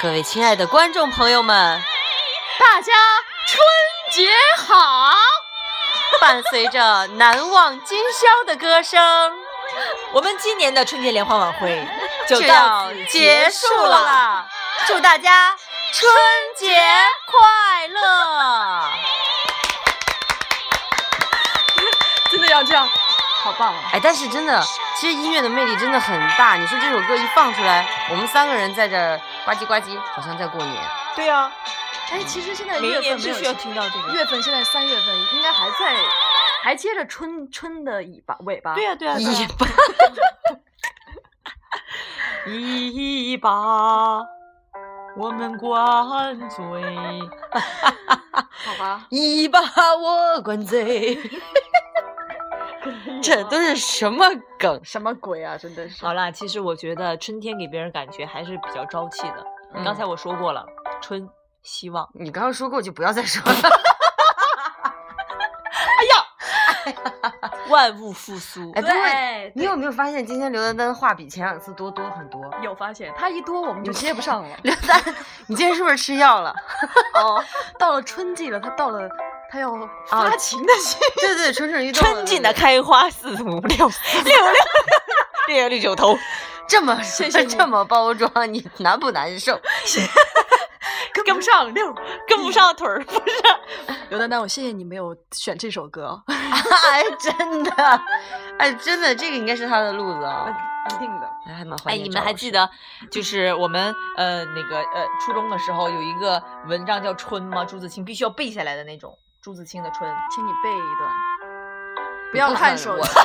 Speaker 3: 各位亲爱的观众朋友们，
Speaker 2: 大家春节好，
Speaker 3: 伴随着难忘今宵的歌声，
Speaker 4: 我们今年的春节联欢晚会
Speaker 3: 就
Speaker 4: 就到
Speaker 3: 要
Speaker 4: 此
Speaker 3: 结
Speaker 4: 束
Speaker 3: 束。了。祝大家春节快乐！
Speaker 2: (laughs) 真的要这样，好棒啊！
Speaker 3: 哎，但是真的，其实音乐的魅力真的很大。你说这首歌一放出来，我们三个人在这儿呱唧呱唧，好像在过年。
Speaker 4: 对啊，
Speaker 2: 哎，其实现在
Speaker 4: 每一
Speaker 2: 月
Speaker 4: 年
Speaker 2: 份没
Speaker 4: 必
Speaker 2: 有
Speaker 4: 须要
Speaker 2: 结
Speaker 4: 听到这个。
Speaker 2: 月份现在三月份应该还在，还接着春春的尾巴尾巴。
Speaker 4: 对呀、对呀、对
Speaker 3: 一
Speaker 4: 呀、
Speaker 3: 般
Speaker 4: 一把我们灌醉，
Speaker 2: 好吧，
Speaker 3: 一把我灌醉， (laughs) 这都是什么梗？
Speaker 2: 什么鬼啊，真的是。
Speaker 4: 好啦，其实我觉得春天给别人感觉还是比较朝气的。
Speaker 3: 嗯
Speaker 4: 刚才我说过了，春希望。
Speaker 3: 你刚刚说过，就不要再说 (laughs) 了。
Speaker 4: 万物复苏。
Speaker 3: 哎，不过
Speaker 2: 对，
Speaker 3: 你有没有发现今天刘丹丹话比前两次多多很多？
Speaker 2: 有发现，它一多我们就接不上了。
Speaker 3: (laughs) 刘丹，你今天是不是吃药了？
Speaker 2: 哦，到了春季了，它到了他有发情的心，
Speaker 3: 啊对对，蠢蠢欲动。嗯
Speaker 4: 春尽的开花四五六四六六，六月绿九头。
Speaker 3: 这么谢
Speaker 2: 谢你
Speaker 3: (laughs) 这么包装，你难不难受？ (laughs)
Speaker 2: 跟不上六。
Speaker 4: 跟不上腿儿，不是？
Speaker 2: 刘丹丹，我谢谢你没有选这首歌，啊
Speaker 3: 哎，真的，哎，真的，这个应该是他的路子啊，
Speaker 2: 一定的。
Speaker 3: 哎，还蛮怀
Speaker 4: 哎，
Speaker 3: 念
Speaker 4: 你
Speaker 3: 赵
Speaker 4: 们
Speaker 3: 老
Speaker 4: 还
Speaker 3: 师
Speaker 4: 记得，就是 (coughs) 我们呃那个呃初中的时候有一个文章叫《春》吗？朱自清必须要背下来的那种，朱自清的《春》。
Speaker 2: 请你背一段，不要
Speaker 3: 不
Speaker 2: 看
Speaker 3: 能
Speaker 2: 手
Speaker 3: 我
Speaker 2: 机。
Speaker 4: (laughs)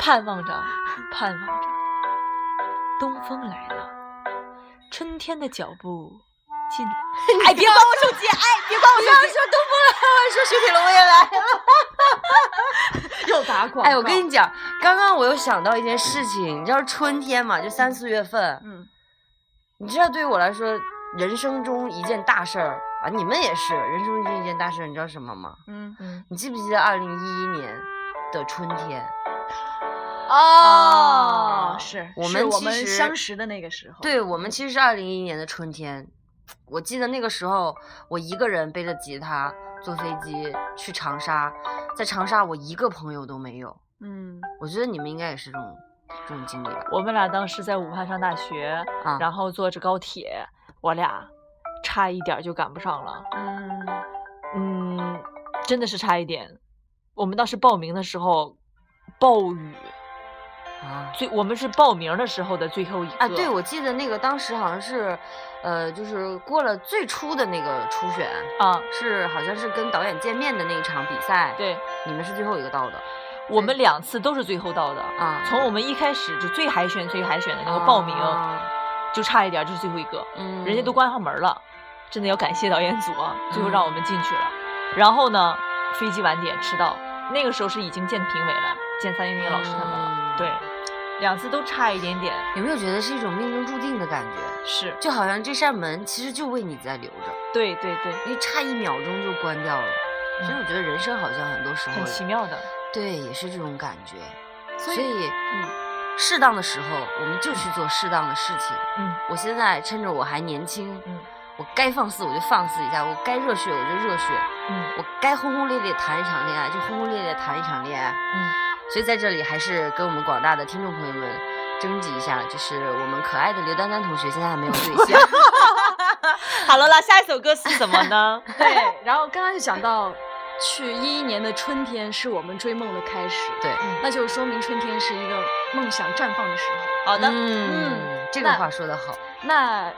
Speaker 4: 盼望着，盼望着，东风来了，春天的脚步近了。哎，别关我手机！哎，别关我手机！说东风来了，说雪铁龙也来了。
Speaker 2: 又打广告。
Speaker 3: 哎，我跟你讲，刚刚我又想到一件事情，你知道春天嘛，就三四月份，
Speaker 2: 嗯，
Speaker 3: 你知道对于我来说，人生中一件大事儿啊，你们也是，人生中一件大事儿，你知道什么吗？
Speaker 2: 嗯
Speaker 4: 嗯
Speaker 3: 你记不记得二零一一年的春天？
Speaker 2: 哦，是
Speaker 3: 我
Speaker 2: 是
Speaker 3: 们
Speaker 2: 我
Speaker 3: 其
Speaker 2: 们
Speaker 3: 实
Speaker 2: 相识的那个时候。
Speaker 3: 对我们其实是二零一一年的春天，我记得那个时候我一个人背着吉他坐飞机去长沙，在长沙我一个朋友都没有。
Speaker 2: 嗯，
Speaker 3: 我觉得你们应该也是这种这种经历吧？
Speaker 4: 我们俩当时在武汉上大学，
Speaker 3: 啊，
Speaker 4: 然后坐着高铁，我俩差一点儿就赶不上了。
Speaker 2: 嗯
Speaker 4: 嗯，真的是差一点。我们当时报名的时候，暴雨，
Speaker 3: 啊
Speaker 4: 最我们是报名的时候的最后一个
Speaker 3: 啊，对，我记得那个当时好像是，呃，就是过了最初的那个初选，
Speaker 4: 啊，
Speaker 3: 是好像是跟导演见面的那一场比赛，，
Speaker 4: 对
Speaker 3: 你们是最后一个到的
Speaker 4: 我们两次都是最后到的。
Speaker 3: 啊，
Speaker 4: 从我们一开始就最海选、最海选的那个报名，
Speaker 3: 啊
Speaker 4: 就差一点就是最后一个，
Speaker 3: 嗯，
Speaker 4: 人家都关上门了，真的要感谢导演组啊，最后让我们进去了。然后呢，飞机晚点迟到，那个时候是已经见评委了，见三一鸣老师他们了
Speaker 3: 嗯。
Speaker 4: 对，两次都差一点点，
Speaker 3: 有没有觉得是一种命中注定的感觉？
Speaker 4: 是
Speaker 3: 就好像这扇门其实就为你在留着，
Speaker 4: 对对对，
Speaker 3: 因为差一秒钟就关掉了。
Speaker 4: 嗯
Speaker 3: 所以我觉得人生好像很多时候
Speaker 4: 很奇妙的。
Speaker 3: 对，也是这种感觉。所
Speaker 2: 所以
Speaker 3: 以，嗯，适当的时候我们就去做适当的事情。
Speaker 4: 嗯
Speaker 3: 我现在趁着我还年轻，
Speaker 4: 嗯
Speaker 3: 我该放肆我就放肆一下，我该热血我就热血，
Speaker 4: 嗯
Speaker 3: 我该轰轰烈烈谈一场恋爱就轰轰烈烈谈一场恋爱。
Speaker 4: 嗯，
Speaker 3: 所以在这里还是跟我们广大的听众朋友们征集一下，就是我们可爱的刘丹丹同学现在还没有对象，
Speaker 4: 好了啦，下一首歌是什么呢？
Speaker 2: 对。然后刚刚就讲到，去一一年的春天是我们追梦的开始，
Speaker 3: 对，
Speaker 2: 那就说明春天是一个梦想绽放的时候。
Speaker 4: 好的，
Speaker 3: 嗯，这个
Speaker 2: 那
Speaker 3: 话说得好，
Speaker 2: 那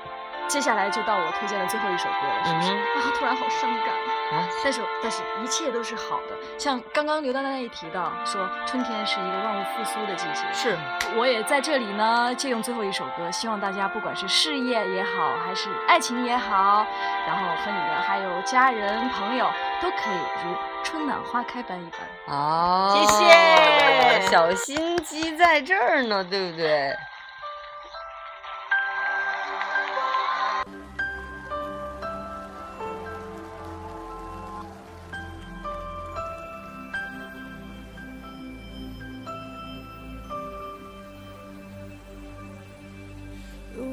Speaker 2: 接下来就到我推荐的最后一首歌了，是不是？
Speaker 3: 嗯
Speaker 2: 啊，突然好伤感。
Speaker 3: 啊，
Speaker 2: 但是但是一切都是好的，像刚刚刘丹丹也提到说，春天是一个万物复苏的季节。嗯
Speaker 4: 是
Speaker 2: 我也在这里呢，借用最后一首歌，希望大家不管是事业也好，还是爱情也好，然后和你的还有家人朋友，都可以如春暖花开般一般。
Speaker 3: 哦，
Speaker 4: 谢谢
Speaker 3: 小心机在这儿呢，对不对？
Speaker 6: 如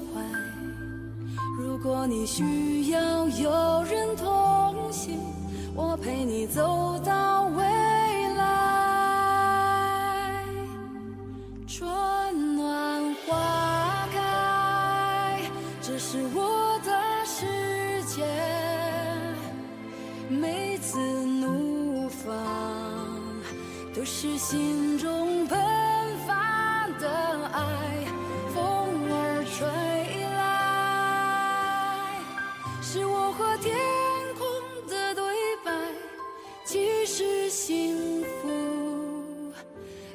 Speaker 6: 怀。如果你需要有人同行，我陪你走到未来。春暖花开，这是我的世界。每次怒放，都是心中喷发的爱，风儿吹来，是我和天空的对白，其实幸福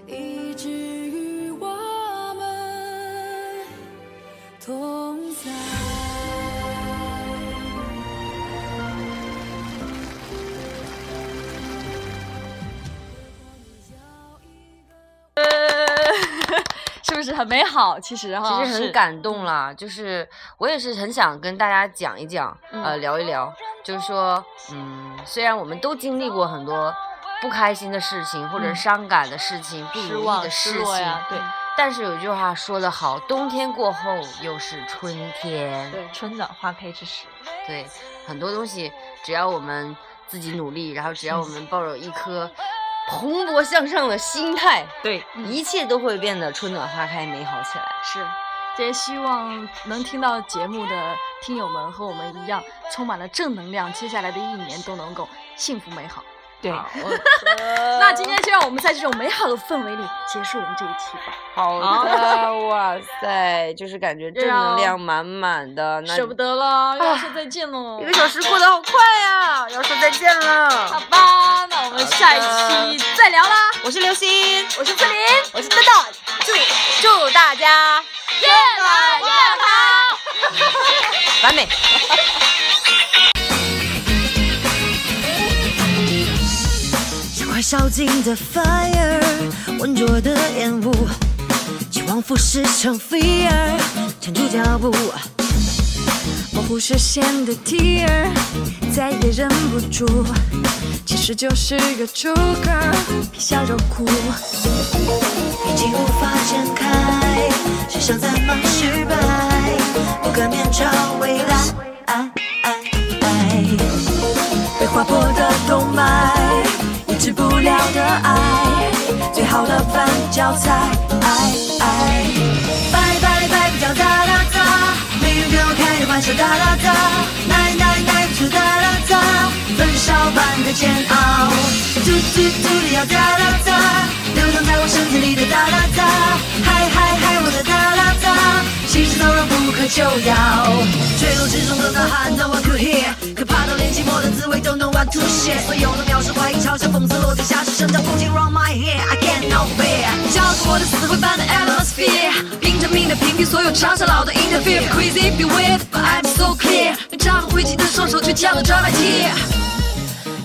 Speaker 6: 一直与我们同在。
Speaker 2: 就是很美好，其实哈。
Speaker 3: 其实很
Speaker 4: 哦是
Speaker 3: 感动啦，就是我也是很想跟大家讲一讲，
Speaker 4: 嗯
Speaker 3: 呃，聊一聊，就是说，嗯，虽然我们都经历过很多不开心的事情，或者
Speaker 4: 嗯
Speaker 3: 伤感的事情、不
Speaker 4: 失
Speaker 3: 如意
Speaker 4: 望、
Speaker 3: 的
Speaker 4: 失
Speaker 3: 事
Speaker 4: 落
Speaker 3: 情，
Speaker 4: 呀，对，
Speaker 3: 但是有一句话说得好，冬天过后又是春天。
Speaker 2: 对
Speaker 4: 春暖花开之时，
Speaker 3: 对，很多东西只要我们自己努力，然后只要我们抱有一颗蓬勃向上的心态，
Speaker 4: 对，
Speaker 3: 一切都会变得春暖花开、美好起来。
Speaker 2: 是，也希望能听到节目的听友们和我们一样，充满了正能量，接下来的一年都能够幸福美好。
Speaker 4: 对，
Speaker 2: 那今天就让我们在这种美好的氛围里结束我们这一期吧，
Speaker 3: 好的，啊哇塞，就是感觉正能量满满的，那
Speaker 2: 啊舍不得了，要说再见喽
Speaker 3: 一。个小时过得好快呀、要说再见了。
Speaker 2: 好吧，那我们下一期再聊啦。
Speaker 3: 我是刘星，
Speaker 2: 我是森林，
Speaker 3: 我是蛋蛋，祝祝大家
Speaker 2: 越来越好。
Speaker 3: 完美。
Speaker 6: 这块烧尽的 fire，浑浊的烟雾，期望腐蚀成 fear，停住脚步，模糊视线的 tear，再也忍不住，其实就是个出口，别笑着哭，眼睛无法睁开，是想在忙失败，不敢面朝未来。被划破的动脉，抑制不了的爱，最好的绊脚踩。爱爱，拜拜拜不叫哒哒哒，命运给我开的玩笑哒哒哒，耐耐耐不住哒哒哒，焚烧般的煎熬，嘟嘟嘟的要哒哒哒，流淌在我身体里的哒哒哒，嗨嗨嗨我的哒哒哒，行尸走肉不可救药，坠入之中的呐喊，No one could hear，可怕到连寂寞的滋味都 No one to share，所有的藐视、怀疑、嘲笑、讽刺落在下是真的不停 Round my hair，I can't no fear，叫着我的死灰般的 atmosphere，拼着命的屏蔽所有嘲笑老的 interfere，crazy be weird，but I'm so clear，用张挥起的双手去将的专卖贴。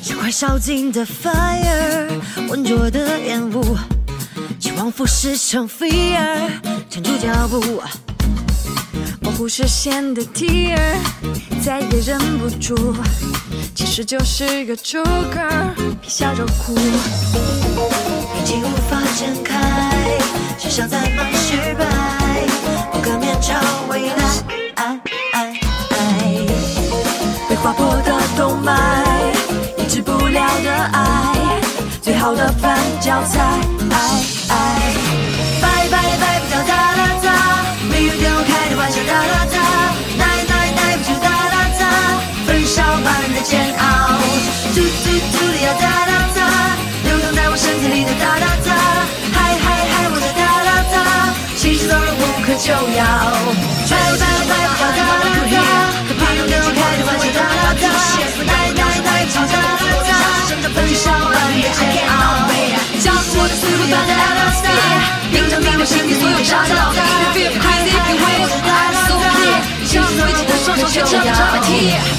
Speaker 6: 这块烧尽的 fire，浑浊的烟雾，期望腐蚀成 fear，停住脚步，模糊视线的 tear，再也忍不住，其实就是个出口，别笑着哭，眼睛无法睁开，是想在忙失败，不可面朝未来。爱爱爱被划破的动脉，抑制不了的爱，最好的绊脚踩。爱爱，拜拜拜不掉哒哒哒，命运给我开的玩笑哒哒哒，耐耐耐不住哒哒哒，焚烧般的煎熬，嘟嘟嘟的要哒哒哒，流淌在我身体里的哒哒哒，嗨嗨嗨我的哒哒哒，其实走人无可救药，拜拜拜不掉哒哒哒，可怕的给我开的玩笑哒哒哒，耐耐耐不住哒哒哒，焚烧般的煎熬。将我的思路搬在 atmosphere，凭着你我身体所有扎着老的 interfere，crazy be weird，I'm so clear，将挥起的双手去张张贴。